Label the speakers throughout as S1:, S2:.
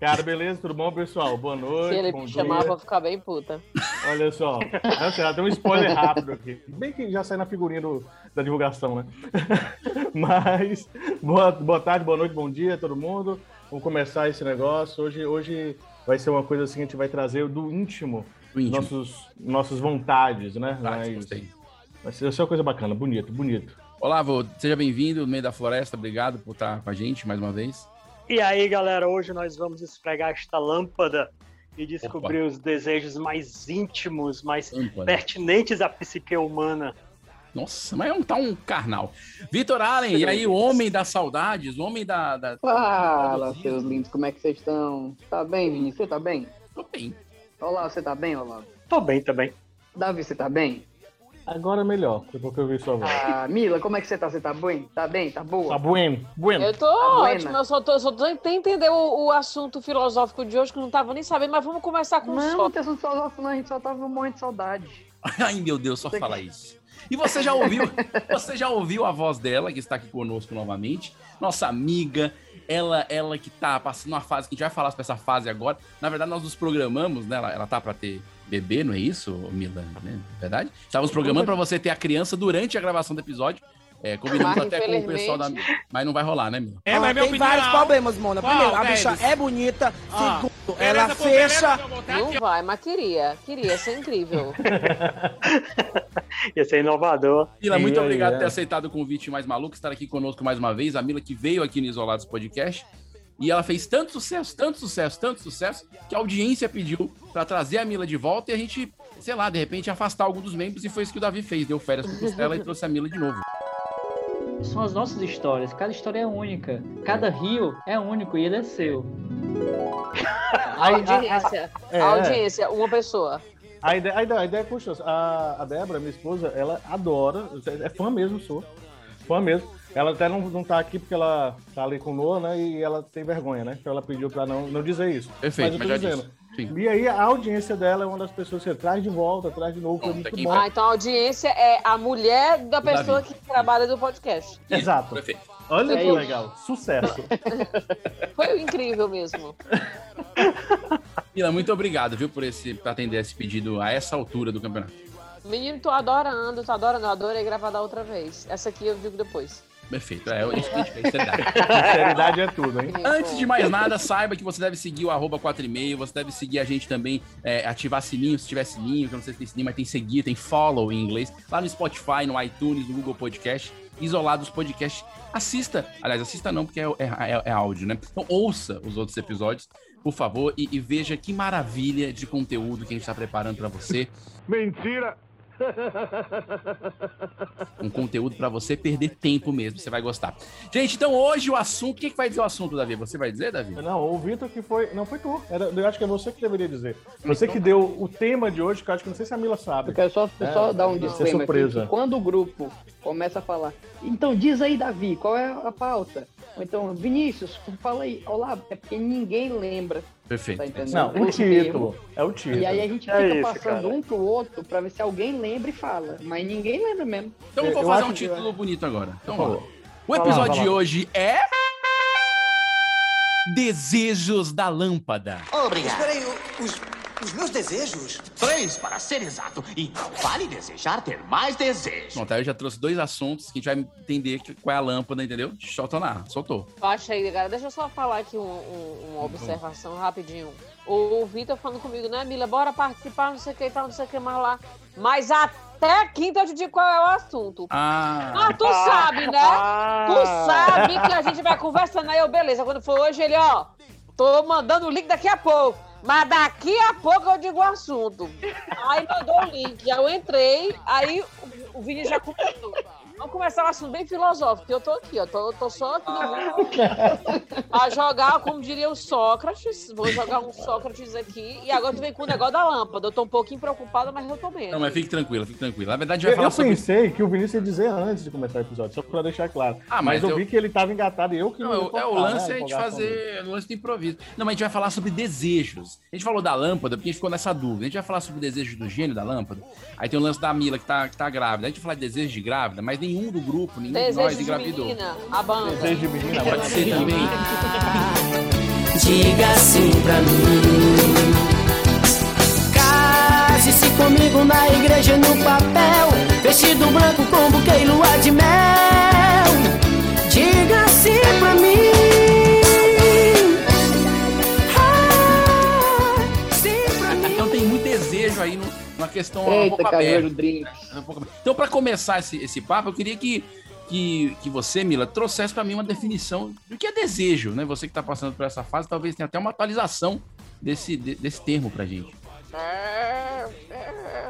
S1: Cara, beleza? Tudo bom, pessoal? Boa
S2: Se
S1: noite.
S2: ele
S1: bom
S2: me
S1: dia.
S2: chamar, eu vou ficar bem puta.
S1: Olha só. Não, sei lá, tem um spoiler rápido aqui. Bem que já sai na figurinha do- da divulgação, né? Mas, boa, boa tarde, boa noite, bom dia a todo mundo. Vamos começar esse negócio. Hoje, hoje vai ser uma coisa assim que a gente vai trazer do íntimo.
S3: Do íntimo.
S1: um Nossos, nossas vontades, né?
S3: Ah,
S1: Mas-
S3: gostei.
S1: Vai ser ser uma coisa bacana, bonito, bonito.
S3: Olavo, seja bem-vindo no meio da floresta. Obrigado por estar com a gente mais uma vez.
S4: E aí, galera, hoje nós vamos esfregar esta lâmpada e descobrir os desejos mais íntimos, mais pertinentes à psique humana.
S3: Nossa, mas é um, tá um carnal. Vitor Allen, e aí, o homem das saudades, o homem da. da...
S2: Fala, seus lindos, como é que vocês estão? Tá bem, Vinícius? Você tá bem?
S3: Tô bem.
S2: Olá, você tá bem, Olá?
S4: Tô bem também.
S2: Davi, você tá bem?
S1: Agora é melhor, depois que eu vi sua voz.
S2: Ah, Mila, como é que você tá? Você tá bem? Tá bem? Tá boa?
S1: Tá bueno, bueno.
S2: Eu tô Tá buena. ótimo, eu só tô, eu só tô tentando entender o, o assunto filosófico de hoje, que eu não tava nem sabendo, mas vamos começar com
S5: Não,
S2: o
S5: não
S2: sol.
S5: tem assunto filosófico, não. A gente só tava morrendo de saudade.
S3: Ai, meu Deus, só falar isso. E você já ouviu? Você já ouviu a voz dela que está aqui conosco novamente? Nossa amiga, ela, ela que tá passando uma fase que a gente vai falar sobre essa fase agora. Na verdade, nós nos programamos, né? Ela, ela tá para ter bebê, não é isso, Mila? Né? Verdade? Estávamos programando para você ter a criança durante a gravação do episódio. É, combinamos
S2: Mas,
S3: até com o pessoal da.
S2: infelizmente-
S3: Mas não vai rolar, né, Mila?
S6: Ela é minha
S7: tem
S6: opinião.
S7: vários problemas, Mona.
S6: Qual
S7: Primeiro, a
S6: deles?
S7: bicha é bonita.
S6: Ah,
S7: Segundo,
S6: beleza
S7: ela
S6: por beleza,
S7: fecha.
S6: meu amor, tá
S2: Não
S6: aqui,
S2: vai, mas queria, queria ser incrível.
S4: Ia ser inovador.
S3: Mila, muito
S1: Ei,
S3: obrigado por ter
S1: é.
S3: aceitado o convite mais maluco, estar aqui conosco mais uma vez. A Mila que veio aqui no Isolados Podcast. E ela fez tanto sucesso, tanto sucesso, tanto sucesso, que a audiência pediu pra trazer a Mila de volta e a gente, sei lá, de repente afastar algum dos membros. E foi isso que o Davi fez. Deu férias pro Costela e trouxe a Mila de novo.
S8: são as nossas histórias. Cada história é única. Cada rio é único e ele é seu.
S1: Aí, a,
S2: audiência,
S1: é,
S2: audiência, uma pessoa.
S1: a ideia, a ideia, a ideia é puxa, a, a Débora, minha esposa, ela adora, é fã mesmo, sou. Fã mesmo. Ela até não, não tá aqui porque ela tá ali com o Noah, né? E ela tem vergonha, né? Então ela pediu pra não, não dizer isso.
S3: Perfeito,
S1: eu
S3: mas,
S1: tô
S3: já
S1: dizendo.
S3: disse. Sim.
S1: E aí a audiência dela é uma das pessoas que traz de volta, traz de novo, foi
S3: Pronto,
S1: muito
S3: aqui
S1: bom.
S2: Ah, então a audiência é a mulher da
S3: Davi.
S2: pessoa que trabalha do podcast.
S1: Exato.
S3: Perfeito.
S1: Olha
S2: É
S1: que
S2: isso.
S1: legal. Sucesso.
S2: Foi incrível mesmo.
S3: Mila, muito obrigado, viu, por, esse, por atender esse pedido a essa altura do campeonato.
S2: Menino, tô adorando, tô adorando, eu adorei gravar da outra vez. Essa aqui eu digo depois.
S3: Perfeito. É, isso que a gente fez, você dá.
S1: Sinceridade é tudo, hein?
S3: Antes de mais nada, saiba que você deve seguir o arroba 4 e meio, você deve seguir a gente também, é, ativar sininho, se tiver sininho, que eu não sei se tem sininho, mas tem seguir, tem follow em inglês, lá no Spotify, no iTunes, no Google Podcast, isolados podcast. Assista, aliás, assista não, porque é, é- é áudio, né? Então ouça os outros episódios, por favor, e, e veja que maravilha de conteúdo que a gente está preparando para você.
S1: Mentira!
S3: um conteúdo pra você perder tempo mesmo, você vai gostar. Gente, então hoje o assunto, o que, que vai dizer o assunto, Davi? Você vai dizer, Davi?
S1: Não, o Vitor que foi. Não, foi tu. Era- eu acho que é você que deveria dizer. Você que deu o tema de hoje, que eu acho que não sei se a Mila sabe.
S2: Eu quero só, só dar um
S1: não,
S2: disclaimer
S1: é
S2: aqui,
S1: surpresa.
S2: que quando o grupo começa a falar, então diz aí, Davi, qual é a pauta? Ou então, Vinícius, fala aí, olá, é porque ninguém lembra.
S3: Perfeito.
S9: Tá entendendo?
S1: Não, o
S9: Esse termo.
S1: título. É o título.
S9: E aí a gente
S4: É
S9: fica
S4: isso,
S9: passando
S4: cara.
S9: um pro outro pra ver se alguém lembra e fala. Mas ninguém lembra mesmo.
S3: Então eu
S1: Eu
S3: vou fazer
S1: acho
S3: um
S1: que-
S3: título bonito agora. Então,
S1: Por
S3: ó,
S1: favor.
S3: o
S1: Vai lá,
S3: episódio
S1: vai lá.
S3: de hoje é. Desejos da Lâmpada.
S10: Obrigado.
S6: Peraí, o- os, os meus desejos?
S10: Três, para ser exato. E não vale desejar ter mais desejos.
S3: Bom, tá, eu já trouxe dois assuntos que a gente vai entender que- qual é a lâmpada, entendeu? Soltonar, soltou.
S2: Baixa aí, galera. Deixa eu só falar aqui um- um- uma observação rapidinho. O, o Vitor falando comigo, né, Mila? Bora participar, não sei o que e tal, não sei o que mais lá. Mas até quinta eu te digo qual é o assunto.
S3: Ah,
S2: Ah, tu sabe, né?
S4: Ah,
S2: Tu sabe que a gente vai conversando aí, eu, beleza. Quando for hoje, ele, ó, tô mandando o link daqui a pouco. Mas daqui a pouco eu digo o assunto. Aí mandou o link, aí eu entrei, aí o- o Vini já começou. Vamos começar um assunto bem filosófico, eu tô aqui, ó, tô, tô só aqui no... a jogar, como diria o Sócrates, vou jogar um Sócrates aqui, e agora tu vem com o negócio da lâmpada. Eu tô um pouquinho preocupada, mas eu tô bem.
S3: não, mas fique tranquila, fique tranquila. Na verdade, a
S1: Eu,
S3: gente vai
S1: eu
S3: falar sobre.
S1: pensei que o Vinícius ia dizer antes de começar o episódio, só pra deixar claro.
S3: Ah, mas
S1: mas, eu,
S3: eu-
S1: vi que ele tava engatado e eu que
S3: Não, é
S1: ia
S3: o- é o
S1: tocar,
S3: lance
S1: né,
S3: é a gente
S1: empolgação dele.
S3: fazer é o lance do improviso. Não, mas a gente vai falar sobre desejos. A gente falou da lâmpada porque a gente ficou nessa dúvida. A gente vai falar sobre desejos do gênio da lâmpada. Aí tem o lance da Mila que tá, que tá grávida. A gente vai falar de desejo de grávida, mas nenhum do grupo, nenhum de
S2: Desejo
S3: nós
S2: de
S3: engravidou.
S2: menina, a banda.
S1: Desejo de menina,
S3: Pode ser também.
S6: Diga sim pra mim. Case-se comigo na igreja no papel. Vestido branco com buquê e lua de mel. Diga sim pra mim. Ah, sim pra mim.
S3: Então tem muito desejo aí no- na questão um
S9: Eita,
S3: pouco
S9: caseiro
S3: aberta.
S9: drink.
S3: um pouco aberta. Então, pra começar esse, esse papo, eu queria que, que, que você, Mila, trouxesse pra mim uma definição do que é desejo, né? Você que tá passando por essa fase, talvez tenha até uma atualização desse, de- desse termo pra gente.
S2: É, é.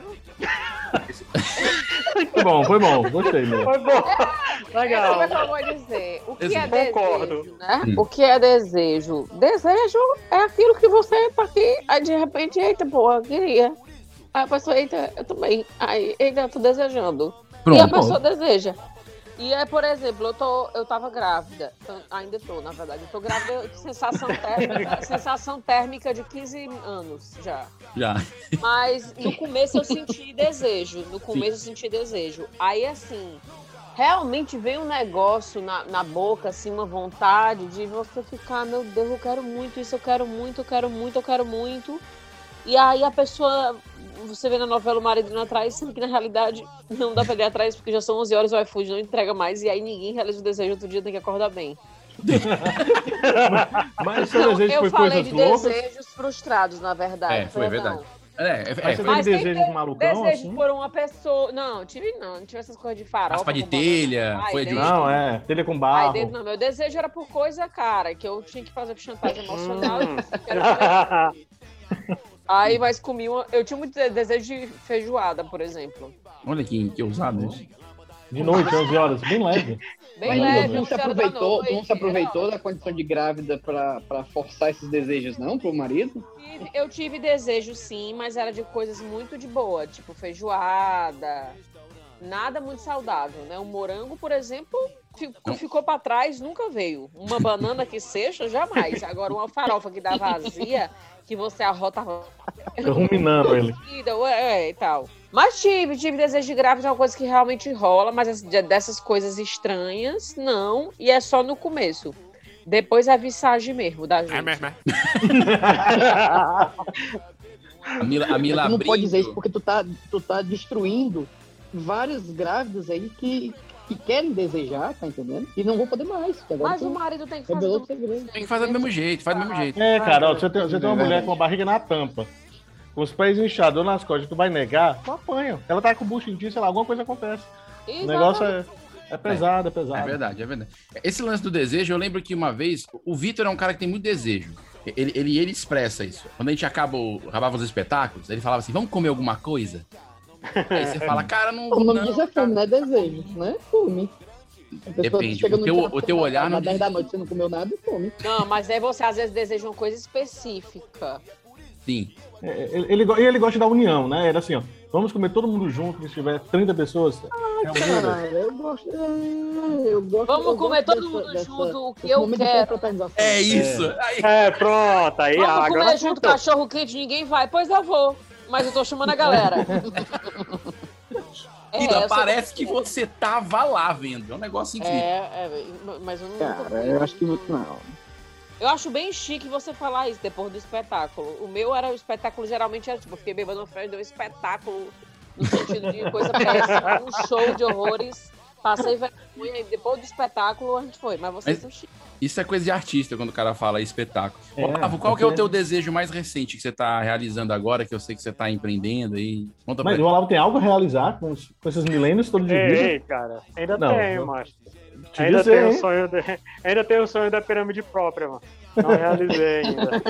S1: Foi bom, foi bom, gostei mesmo.
S4: Foi bom.
S2: Como é
S4: Legal.
S2: que eu vou dizer? O que é
S3: Exato.
S4: Concordo.
S2: desejo, né?
S3: Hum.
S2: O que é desejo? Desejo é aquilo que você tá aqui, aí de repente, eita, porra, queria. Aí a pessoa, eita, eu também. Aí, eita, eu tô desejando. e a pessoa deseja. E é, por exemplo, eu, tô, eu tava grávida. Então, ainda tô, na verdade. Eu tô grávida, sensação térmica, sensação térmica de 15 anos já.
S3: Já.
S2: Mas no começo eu senti desejo. No começo eu senti desejo. Aí, assim, realmente veio um negócio na, na boca, assim, uma vontade de você ficar, meu Deus, eu quero muito isso, eu quero muito, eu quero muito, eu quero muito. E aí a pessoa, você vê na novela o marido indo atrás, sendo que na realidade não dá pra ir atrás, porque já são 11 horas, o iFood não entrega mais, e aí ninguém realiza o desejo, outro dia tem que acordar bem.
S1: Mas seu
S2: Não,
S1: desejo
S2: eu
S1: foi
S2: falei
S1: coisas
S2: de
S1: loucas?
S2: desejos frustrados, na verdade.
S3: É, foi
S2: perdão.
S3: verdade. É, é,
S1: Mas
S3: é,
S1: você
S2: Mas
S1: teve
S2: tem
S1: desejos malucão,
S2: Desejo
S1: assim?
S2: por uma pessoa. Não, tive não, não tive essas coisas de farol.
S3: Raspa de telha, foi de- um
S9: Ah,
S1: Não, é, telha com
S2: Aí
S1: barro.
S2: né? dentro, não, meu desejo era por coisa, cara, que eu tinha que fazer chantagem emocional.
S4: Hum.
S2: que era- aí, mas comi uma. Eu tinha muito de- desejo de feijoada, por exemplo.
S3: olha que, que ousado né? isso.
S1: De noite, 11 horas, bem leve.
S2: Bem
S9: Mas
S2: leve,
S9: não
S2: 11 horas um
S9: se
S2: da
S9: aproveitou,
S2: noite, é,
S9: não se aproveitou
S2: era
S9: da condição de grávida pra, pra forçar esses desejos, não, pro marido?
S2: ótimo. Tive- Eu tive desejo, sim, mas era de coisas muito de boa, tipo feijoada. Nada muito saudável, né? O morango, por exemplo, fi-
S3: Não.
S2: ficou pra trás, nunca veio. Uma banana que seja, jamais. Agora, uma farofa que dá vazia, que você arrota
S1: Tô ruminando ele.
S2: vida, ué, ué, e tal. Mas tive, tive desejo de grávida, é uma coisa que realmente rola, mas as- de- dessas coisas estranhas, não. E é só no começo. Depois é a visagem É mesmo da gente.
S3: A Mila, a Mila
S9: Mas tu não
S3: abrindo-
S9: pode dizer isso porque tu tá, tu tá destruindo vários grávidos aí que, que querem desejar, tá entendendo? E não vão poder mais. porque agora
S2: Mas
S9: tu
S2: o marido tem que fazer. um
S9: revelou o
S2: do-
S9: segredo.
S3: Tem que fazer do mesmo jeito, faz do mesmo jeito.
S1: É, cara, ó, você tem, você tem uma mulher com a barriga na tampa, com os pés inchados nas costas, tu vai negar, tu apanha. Ela tá com o bucho em ti, sei lá, alguma coisa acontece. O negócio é, é pesado, é
S3: É
S1: pesado.
S3: verdade, é verdade. Esse lance do desejo, eu lembro que uma vez, o Vitor é um cara que tem muito desejo. Ele, ele, ele expressa isso. Quando a gente acaba o- acabava os espetáculos, ele falava assim: vamos comer alguma coisa? Aí você fala, cara, não.
S9: O nome
S3: não,
S9: disso é
S3: cara."
S9: fome, não é desejo, não é fome. A pessoa
S3: Depende,
S9: chega
S3: o
S9: no
S3: teu-
S9: dia
S3: o teu olhar
S9: da-
S3: não
S9: da 10
S3: diz-
S9: da noite, você não comeu nada, é fome.
S2: Não, mas aí você às vezes deseja uma coisa específica.
S3: Sim.
S1: É, Ele, ele, go- e ele gosta da união, né? Era assim, ó. Vamos comer todo mundo junto, se tiver 30 pessoas. É um
S9: Ah, cara, eu gosto. é, Eu gosto
S2: Vamos
S9: eu
S2: comer
S9: gosto
S2: todo mundo junto, o que
S9: desse
S2: eu
S9: momento de
S2: quero.
S9: confraternização.
S3: É isso.
S4: É, pronto. Aí
S2: Vamos
S4: agora.
S2: comer junto cachorro quente, ninguém vai. Pois eu vou. Mas eu tô chamando a galera. É,
S3: Ida,
S2: eu sou-
S3: parece que você tava lá vendo. É um negócio incrível.
S2: É, é, mas eu não.
S9: Cara, eu acho que não.
S2: Eu acho bem chique você falar isso depois do espetáculo. O meu era o espetáculo, geralmente era tipo, eu fiquei bebendo uma frente, deu um espetáculo no sentido de coisa péssima, um show de horrores. Passei vergonha e depois do espetáculo a gente foi. Mas vocês
S3: Mas-
S2: são chiques.
S3: Isso é coisa de artista quando o cara fala espetáculo.
S1: É,
S3: Olavo, qual que é o
S1: porque-
S3: teu desejo mais recente que você tá realizando agora, que eu sei que você tá empreendendo aí? Conta pra
S1: Mas o
S3: gente.
S1: Olavo tem algo a realizar com, os- com esses milênios todos de vida.
S4: Ei, cara, É, ainda um
S1: Não,
S4: tenho,
S1: eu-
S4: macho.
S1: Te
S4: Ainda
S1: dizer,
S4: tenho, o
S1: hein?
S4: sonho de... ainda tenho o sonho da pirâmide própria, mano. Não realizei ainda.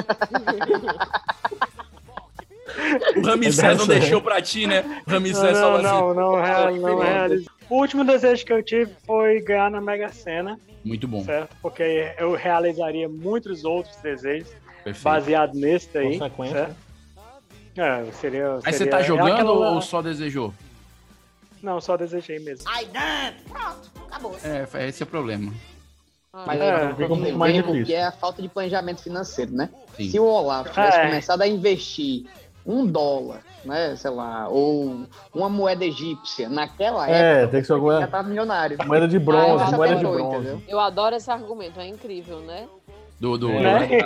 S3: O Ramsés não
S1: Essa, né?
S3: deixou pra ti, né? O Ramsés falou
S4: Não,
S3: assim.
S4: não, não, real-
S3: que
S4: não
S3: beleza.
S4: realizei. O último desejo que eu tive foi ganhar na Mega Sena,
S3: Muito bom.
S4: certo? Porque eu realizaria muitos outros desejos
S3: Perfeito.
S4: baseado nesse daí.
S1: Consequência.
S4: Certo? É, seria,
S3: Mas você
S4: seria-
S3: tá
S4: é
S3: jogando
S4: aquela-
S3: ou só desejou?
S4: Não, só desejei mesmo.
S3: É, esse é o problema.
S9: Mas
S4: É,
S9: aí,
S1: fica um pouco
S9: vem
S1: mais
S9: o que
S1: difícil.
S9: é a falta de planejamento financeiro, né?
S3: Sim.
S9: Se o Olavo tivesse
S4: É.
S9: começado a investir um dólar, né, sei lá, ou uma moeda egípcia naquela
S1: É,
S9: época,
S1: tem que ser
S9: já
S1: alguma
S9: tava milionário.
S1: moeda de bronze,
S2: Ah, eu
S1: moeda de
S2: adoro,
S1: bronze.
S2: Eu adoro esse argumento, é incrível, né?
S3: Do, do,
S1: É.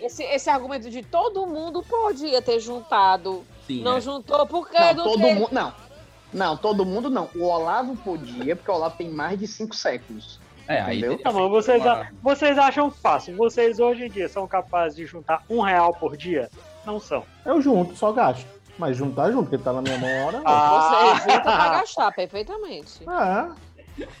S2: Esse, esse argumento de todo mundo podia ter juntado.
S3: Sim,
S2: não
S3: é.
S2: juntou porque
S9: Não,
S2: não
S9: todo
S2: teve.
S9: mundo. Não. Não, todo mundo não. O Olavo podia, porque o Olavo tem mais de cinco séculos.
S3: É, aí
S9: Entendeu?
S3: teria
S4: Tá bom,
S3: feito
S4: vocês,
S3: uma-
S4: a- vocês acham fácil. Vocês hoje em dia são capazes de juntar um real por dia? Não são.
S1: Eu junto, só gasto. Mas juntar junto, porque tá na minha mão a hora.
S2: Ah, Você junta pra gastar, perfeitamente.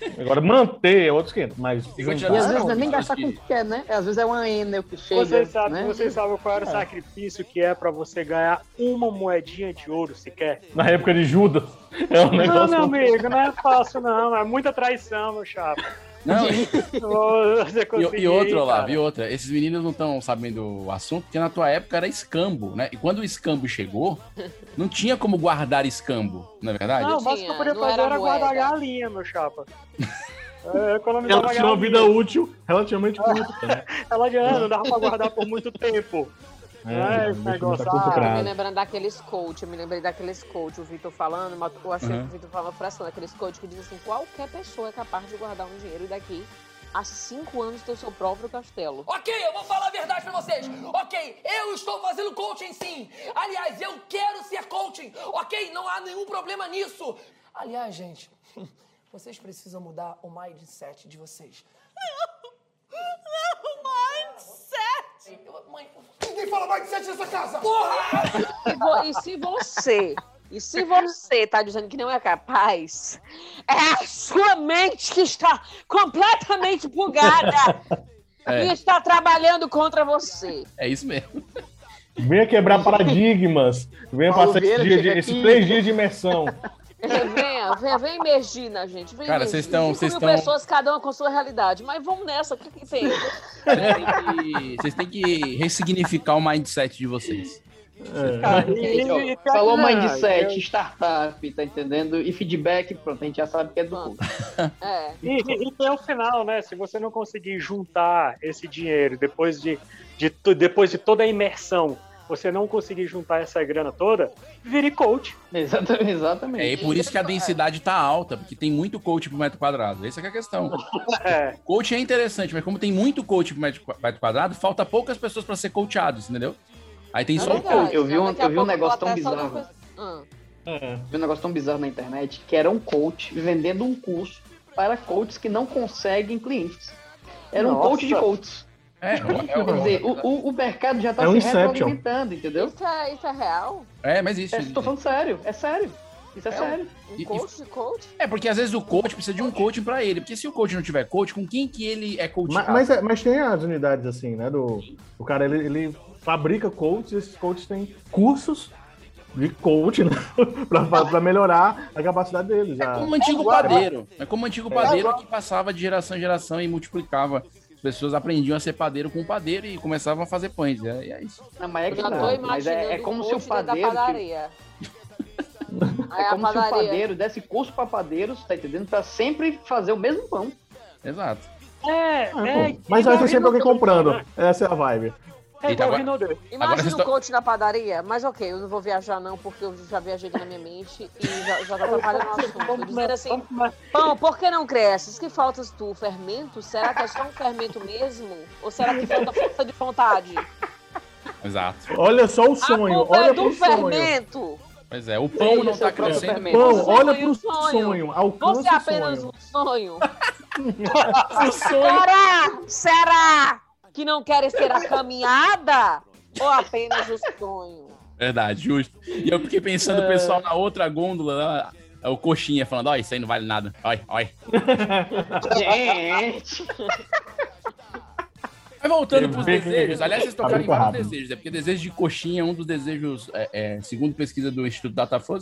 S1: É. Agora manter é outro esquema, mas
S3: E assim. vou tirar
S9: E
S1: juntar-
S9: às
S3: Não,
S9: vezes não é nem
S3: acho
S9: gastar
S3: que-
S9: com o que quer, né? Às vezes é uma Enel que chega.
S4: vocês, sabem,
S9: né?
S4: vocês sabem qual era o sacrifício que é pra você ganhar uma moedinha de ouro sequer?
S1: na época de Judas. É um
S4: Não,
S1: negócio.
S4: meu amigo, não é fácil, não. É muita traição, meu chapa.
S3: Não,
S4: Você
S3: E,
S4: conseguir,
S3: e outra, lá,
S4: cara.
S3: e outra. Esses meninos não estão sabendo o assunto, porque na tua época era escambo, né? E quando o escambo chegou, não tinha como guardar escambo, não é verdade?
S4: Não, mas o que eu podia
S2: Não
S4: fazer
S2: era
S4: era guardar
S2: moeda.
S4: galinha, meu chapa. Eu economizava
S1: Ela tirou a
S4: galinha.
S1: vida útil relativamente curta. né?
S4: Ela já não dava pra guardar por muito tempo. É,
S1: É,
S4: esse
S1: deixa eu
S4: negócio,
S1: botar curto
S4: ah,
S2: Eu me
S1: prazo.
S2: lembrando daqueles coach, eu me lembrei daqueles coach, o Vitor falando, mas eu achei que o Vitor falou uma fração daqueles coach que diz assim, qualquer pessoa é capaz de guardar um dinheiro e daqui a cinco anos ter o seu próprio castelo.
S7: Ok, eu vou falar a verdade pra vocês. Ok, eu estou fazendo coaching sim. Aliás, eu quero ser coaching. Ok, não há nenhum problema nisso. Aliás, gente, vocês precisam mudar o mindset de vocês. Mindset? Mãe, ninguém fala mindset nessa casa. Porra!
S2: E, vo- e se você, e se você tá dizendo que não é capaz, é a sua mente que está completamente bugada e
S3: É,
S2: está trabalhando contra você.
S3: é isso mesmo.
S1: Venha quebrar paradigmas. Venha
S9: Paulo
S1: passar esse
S9: Vieira
S1: dia de,
S9: chega
S1: esses
S9: aqui.
S1: três dias de imersão.
S2: Venha, venha, venha imergir na gente. Vem
S3: Cara,
S2: imergir.
S3: vocês estão-
S2: Cinco
S3: vocês
S2: mil
S3: estão-
S2: pessoas, cada uma com sua realidade. Mas vamos nessa, o que, que tem?
S3: Vocês têm que- Vocês têm que ressignificar o mindset de vocês.
S4: Cara, e-
S9: Gente, ó,
S4: e- e-
S9: Falou
S4: não, é,
S9: mindset,
S4: eu-
S9: startup, tá entendendo? E feedback, pronto, a gente já sabe que é do
S4: Ah.
S2: Pronto.
S9: culto.
S2: É.
S4: E, e- e tem o final, né? Se você não conseguir juntar esse dinheiro depois de, de tu- depois de toda a imersão, você não conseguir juntar essa grana toda, vire coach.
S9: Exata- Exatamente.
S3: É e por isso que a densidade tá alta, porque tem muito coach por metro quadrado. Essa que é a questão.
S4: É,
S3: Coach é interessante, mas como tem muito coach por metro qua- metro quadrado, falta poucas pessoas pra ser coachados, entendeu? Aí tem
S2: É
S3: só o
S2: verdade,
S3: coach.
S9: eu vi
S2: né?
S9: um-
S2: Daqui
S9: eu
S2: a
S9: vi um
S2: pouco
S9: negócio
S2: botar
S9: tão
S2: só uma
S9: bizarro.
S2: coisa- Ah.
S1: É.
S9: Vi um negócio tão bizarro na internet que era um coach vendendo um curso para coaches que não conseguem clientes. Era um
S4: Nossa.
S9: coach de coaches.
S3: É, é,
S9: Quer dizer,
S3: é,
S9: o, o- o mercado já está
S1: É um
S9: se
S1: Inception.
S9: retroalimentando, entendeu?
S2: Isso, é, isso é real?
S3: é, mas isso.
S9: É, tô falando sério, é sério. Isso é, sério.
S2: Um
S3: E- e-
S2: coach de coach?
S3: É, porque às vezes o coach precisa de um coaching pra ele. Porque se o coach não tiver coach, com quem que ele é
S1: Ma-
S3: coachado?
S1: Mas, é- mas tem as unidades assim, né? Do, o cara ele, ele fabrica coaches, esses coaches têm cursos de coach né? pra, pra- pra melhorar a capacidade deles.
S3: É
S1: a-
S3: como o antigo padeiro. É como o antigo padeiro que passava de geração em geração e multiplicava. As pessoas aprendiam a ser padeiro com padeiro e começavam a fazer pães. É, é isso.
S9: Não, mas é
S2: Eu
S9: que
S2: já tô
S9: não.
S2: imaginando
S9: Mas é, é como
S2: um
S9: se o
S2: coach dentro da
S9: padeiro. que-
S2: padaria.
S9: É, como se o padeiro desse curso pra padeiros, tá entendendo? Pra sempre fazer o mesmo pão.
S3: Exato.
S4: É,
S1: é, Mas vai ter sempre alguém comprando.
S3: né?
S1: Essa é a vibe.
S4: né? É
S3: Então,
S4: igual o Renault dois.
S2: Imagina
S1: estou-
S2: o coach na padaria, mas ok, eu não vou viajar não, porque eu já viajei na minha mente e já, já tá atrapalhando o assunto. Dizendo assim, pão, por que não cresce? Diz que falta tu, fermento? Será que é só um fermento mesmo? Ou será que falta força de vontade?
S3: Exato.
S1: Olha só o sonho.
S2: Culpa
S1: Olha
S2: é do
S1: pro sonho.
S2: fermento!
S3: Pois é, o pão não tá crescendo.
S1: Pão, olha
S2: Sonho,
S1: pro sonho. Alcança
S2: Você é
S1: o
S2: apenas
S1: sonho.
S2: um sonho.
S1: O sonho.
S2: Será? Será que não queres ter a caminhada? Ou apenas o sonho?
S3: Verdade, justo. E eu fiquei pensando o pessoal na outra gôndola, lá, é o coxinha falando, ó, isso aí não vale nada. Olha, olha.
S9: Gente!
S3: Mas voltando
S10: Eu
S3: pros
S10: vi que-
S3: desejos, aliás, vocês
S10: Tá
S3: tocaram em
S10: muito
S3: vários
S10: rápido.
S3: desejos, é porque desejo de coxinha é um dos desejos, é, é, segundo pesquisa do Instituto Datafolha,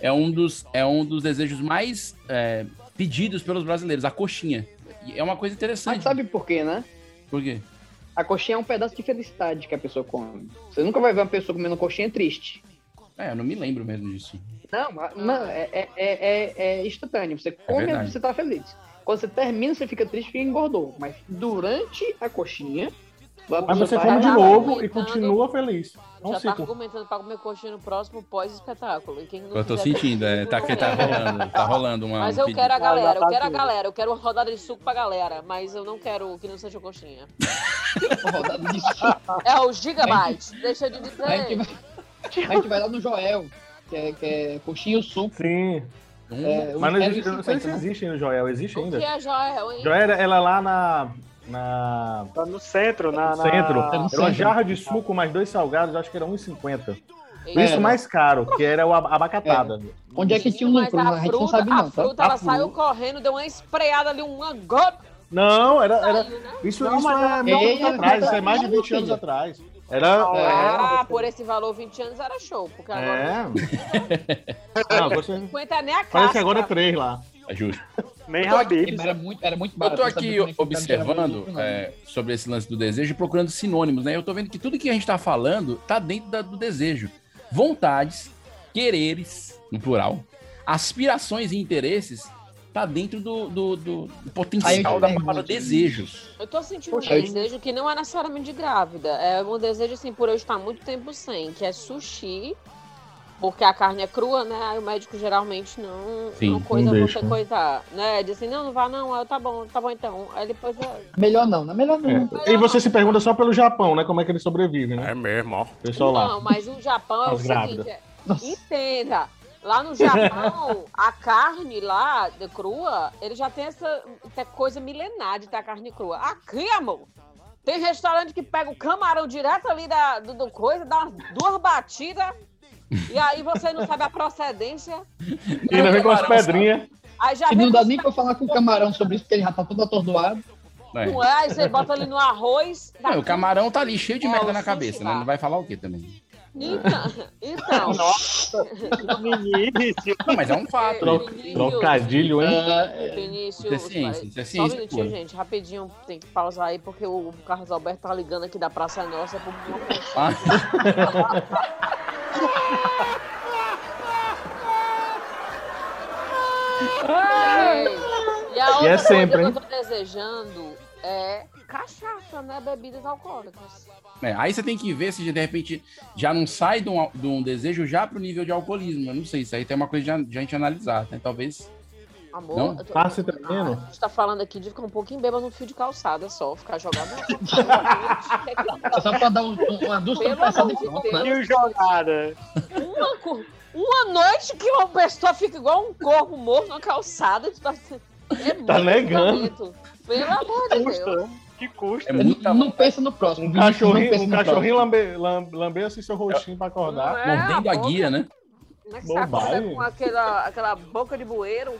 S3: é um dos, é um dos desejos mais é, pedidos pelos brasileiros, a coxinha. E é uma coisa interessante.
S9: Mas sabe por quê, né?
S3: Por quê?
S9: A coxinha é um pedaço de felicidade que a pessoa come. Você nunca vai ver uma pessoa comendo coxinha triste.
S3: É, eu não me lembro mesmo disso.
S9: Não,
S2: Ah.
S9: mas- não é, é, é, é- é instantâneo. Você come
S3: verdade.
S9: você tá feliz. Quando você termina, você fica triste porque engordou. Mas durante a coxinha.
S2: um
S9: a
S1: Mas
S9: pessoa
S1: você
S9: tá
S1: come de
S9: relaxada.
S1: novo e continua feliz. É um
S2: Já tá
S1: ciclo.
S2: argumentando pra comer coxinha no próximo pós-espetáculo. E quem não
S3: Eu tô
S2: quiser-
S3: sentindo, é, tá, que tá rolando, tá rolando uma...
S2: Mas
S3: um
S2: eu
S3: pedido.
S2: quero a galera,
S1: tá
S2: eu quero a galera, eu quero uma rodada de suco pra galera, mas eu não quero que não seja coxinha. É o Gigabyte, deixa de dizer.
S9: A gente vai- A gente vai lá no Joel, que é, que é coxinha e suco.
S1: Sim.
S9: É,
S1: Mas não
S9: um
S1: existe, eu não sei se
S9: 1,50, né?
S1: existe ainda, Joel. Existe
S2: O
S1: ainda.
S2: que é Joel, hein?
S1: Joel, ela lá na. na...
S4: Tá no centro,
S1: Ah,
S4: na. na-
S1: Centro. Tá Era uma
S4: centro.
S1: jarra de suco, mais dois salgados, acho que era 1,50.
S2: Era.
S1: Isso mais caro, que era o ab- abacatada.
S9: Onde é que tinha um
S2: Mas
S9: lucro?
S2: a
S9: A gente não
S2: fruta,
S9: sabe
S2: a
S9: não, tá?
S2: fruta, ela saiu correndo, deu uma espreiada ali, uma gota.
S1: Não, era. era... Isso,
S2: Não,
S1: isso
S2: mas
S1: é
S2: ela-
S1: mil anos
S2: Ei,
S1: atrás,
S2: ela-
S1: isso é mais de
S2: ela-
S1: 20 anos atrás. Era.
S9: É.
S2: Ah, por esse valor, 20 anos era show, porque agora
S1: É. Não, você.
S2: 50 é nem a
S1: Parece que
S2: casca.
S1: agora é três lá.
S3: É justo.
S4: Nem
S3: Habib's.
S8: Era muito, era muito
S3: Eu
S8: barato.
S3: tô
S8: sabe?
S6: é
S3: aqui observando
S8: né?
S3: é, sobre esse lance do desejo e procurando sinônimos, né? Eu tô vendo que tudo que a gente tá falando tá dentro da- do desejo. Vontades, quereres, no plural, aspirações e interesses tá dentro do, do- do- do
S8: Aí eu
S3: potencial
S8: te
S3: da
S8: pergunto.
S3: palavra desejos.
S2: Eu tô sentindo
S8: Poxa,
S2: um
S8: eu-
S2: desejo que não é necessariamente de grávida. É um desejo, assim, por eu estar muito tempo sem, que é sushi, porque a carne é crua, né? Aí o médico geralmente não,
S9: Sim,
S2: não coisa
S9: não
S2: você
S9: deixa.
S2: coitar. Né? Diz assim, não, não vá não, Aí eu, tá bom, tá bom então. Aí depois eu-
S9: Melhor não, né? Melhor não.
S1: E você se pergunta só pelo Japão, né? Como é que ele sobrevive, né? É
S3: mesmo, ó.
S1: Pessoal lá.
S2: Não, mas o Japão é o
S1: As grávidas.
S2: seguinte, é- entenda. Lá no Japão, a carne lá de crua, ele já tem essa essa coisa milenar de ter carne crua. Aqui, amor, tem restaurante que pega o camarão direto ali da, do, do coisa, dá umas duas batidas, e aí você não sabe a procedência.
S1: E ainda vem com as pedrinhas.
S2: Aí já
S9: E
S2: vem
S9: não dá
S2: com-
S9: nem pra falar com o camarão sobre isso, porque ele já tá todo atordoado.
S2: não é, aí você bota ali no arroz.
S3: né? Não, o camarão tá ali cheio de
S2: É,
S3: merda
S2: o
S3: na
S2: sushi
S3: cabeça, né?
S2: lá.
S3: Não vai falar o quê também?
S2: Então, então.
S4: Nossa,
S3: Não, mas é um fato.
S2: Tro-
S3: isso.
S1: Trocadilho, hein?
S2: Vinícius,
S3: Isso é ciência, isso é
S2: só um
S3: ciência
S2: minutinho,
S3: pura.
S2: gente, rapidinho, tem que pausar aí, porque o Carlos Alberto tá ligando aqui da Praça Nossa pro
S3: tá?
S2: Gente, E a outra
S1: E é sempre,
S2: coisa
S1: hein?
S2: que eu tô desejando é cachaça, né? Bebidas alcoólicas.
S3: É, aí você tem que ver se de repente já não sai de um, al- de um desejo já pro nível de alcoolismo. Eu não sei, isso aí tem uma coisa de a- de a gente analisar, né? Talvez.
S2: Amor,
S3: Não,
S2: eu tô-
S3: tá se
S1: tremendo.
S2: a gente tá falando aqui de ficar um pouquinho bêbado no fio de calçada só, ficar jogado.
S9: Só pra dar um, um- uma duas
S2: Pelo
S9: tropeçadas e
S2: amor de
S9: pronto,
S2: Deus.
S9: né?
S4: Mil jogada.
S2: uma, co- uma noite que uma pessoa fica igual um corpo morto na calçada. tu tá- É muito
S1: Tá negando. Tá
S2: violento. Pelo amor de Deus.
S4: Que custa.
S3: É muita
S9: Não pensa no próximo.
S1: Um
S9: Vinícius, não
S1: cachorrinho,
S9: pensa
S1: um
S9: no
S1: cachorrinho
S9: próximo.
S1: lambe, lam- lambeça seu rostinho pra acordar.
S2: É, Mordendo a a boca. guia,
S3: né?
S2: Como é que
S1: Bobagem.
S2: sacoda com aquela, aquela boca de bueiro?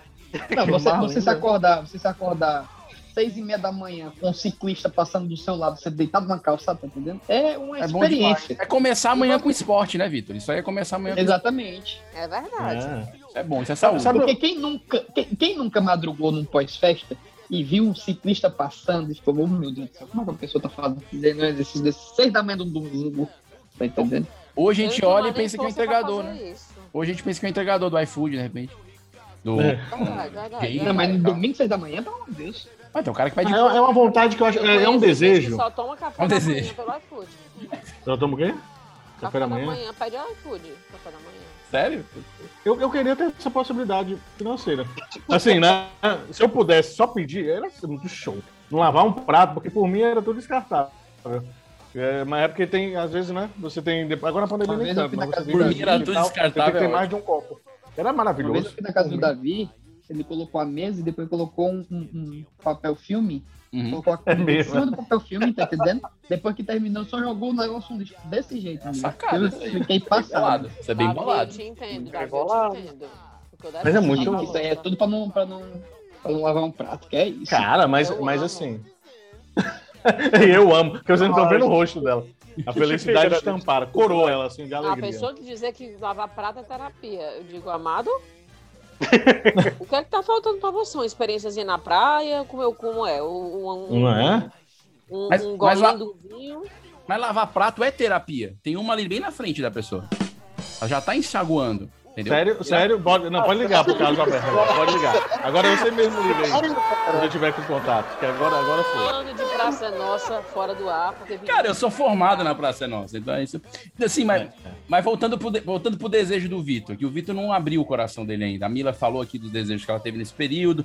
S9: Não, você,
S1: Mal
S9: você se
S1: ainda.
S9: acordar, você se acordar seis e meia da manhã com um ciclista passando do seu lado, você deitado na calçada, tá entendendo? É uma
S3: É bom demais.
S9: experiência.
S3: É começar amanhã com esporte, né, Vitor? Isso aí é começar amanhã
S9: Exatamente.
S2: É
S3: com
S2: verdade.
S3: esporte. Isso é bom, isso é
S1: Sabe-
S3: saúde.
S1: sabe-
S9: Porque quem nunca, quem, quem nunca madrugou num pós-festa e viu um ciclista passando e ficou, "Oh, meu Deus do céu, como é que a pessoa tá fazendo um exercício desse seis da manhã do domingo? Tá entendendo?
S3: Hoje a
S2: Eu
S3: gente
S2: não tenho
S3: olha e
S2: nem
S3: pensa que é um
S2: força pra
S3: entregador, né?
S2: fazer tá isso.
S3: Hoje a gente pensa que é o entregador do iFood, de repente. Do...
S1: É.
S3: Gay.
S9: Não, mas
S1: tá.
S9: no domingo, seis da manhã, pelo amor de Deus.
S3: Ah, tem um cara que
S1: É,
S3: pede.
S1: é uma vontade que eu acho. É, é um desejo.
S2: Só toma café
S3: É um
S2: da
S3: desejo.
S2: manhã pelo iFood.
S1: Nós estamos o quê?
S2: Café da manhã.
S1: manhã.
S2: pede iFood. Café da manhã.
S3: Sério?
S1: Eu, eu queria ter essa possibilidade financeira. Assim, né? Se eu pudesse só pedir, era assim, muito show. Não lavar um prato, porque por mim era tudo descartável. É, mas é porque tem, às vezes, né? Você tem. Agora na pandemia
S9: Uma
S1: nem
S9: vez eu
S1: tanto,
S9: fui na
S1: mas você
S9: casa
S1: tem
S9: do
S1: que
S9: Davi
S1: digitar,
S9: e
S1: você
S9: tal,
S1: tem que ter mais de um
S9: ótimo.
S1: copo. Era
S9: Uma vez eu
S1: maravilhoso.
S9: fui na casa do Davi, ele colocou a mesa e depois colocou um, um- um papel filme. Colocou a
S1: É
S9: comida em
S1: mesmo.
S9: cima do papel filme, tá entendendo? Depois que terminou, só jogou o negócio no lixo. Desse
S1: É
S9: jeito. né?
S3: É sacada
S9: eu
S3: isso aí.
S9: fiquei passado.
S3: Isso é bem
S2: Davi,
S3: bolado.
S2: Eu te entendo,
S4: É
S2: Davi,
S4: bolado.
S2: eu te entendo. O que eu
S1: Mas é
S2: defendo,
S1: muito-
S2: eu
S9: Isso aí é
S2: gosto.
S9: tudo pra não, pra não, pra não lavar um prato, que é isso.
S1: Cara, mas,
S2: Eu
S1: mas
S2: amo.
S1: assim. eu amo, porque vocês não estão vendo o rosto dela. A felicidade estampada. Corou ela, assim, de
S2: A
S1: alegria.
S2: Ah, pessoa que dizer que lavar prata é terapia, eu digo, amado, o que é que tá faltando pra você? Uma experiênciazinha na praia? Como, eu, como é? Um, um,
S1: Não é?
S2: um,
S3: Mas-
S2: um
S3: mas
S2: golinho
S3: lá-
S2: do vinho?
S3: Mas lavar prato é terapia. Tem uma ali bem na frente da pessoa. Ela já tá enxaguando. Entendeu?
S1: Sério, sério, pode, não, pode ligar pro Carlos Alberto, pode ligar. Agora você mesmo liga aí, quando eu tiver com contato, que agora, agora foi.
S2: Falando de praça nossa, fora do ar, porque...
S3: Cara, eu sou formado na Praça é Nossa, então é isso. Assim, mas,
S1: é.
S3: mas voltando, pro de- voltando pro desejo do Vitor, que o Vitor não abriu o coração dele ainda. A Mila falou aqui dos desejos que ela teve nesse período.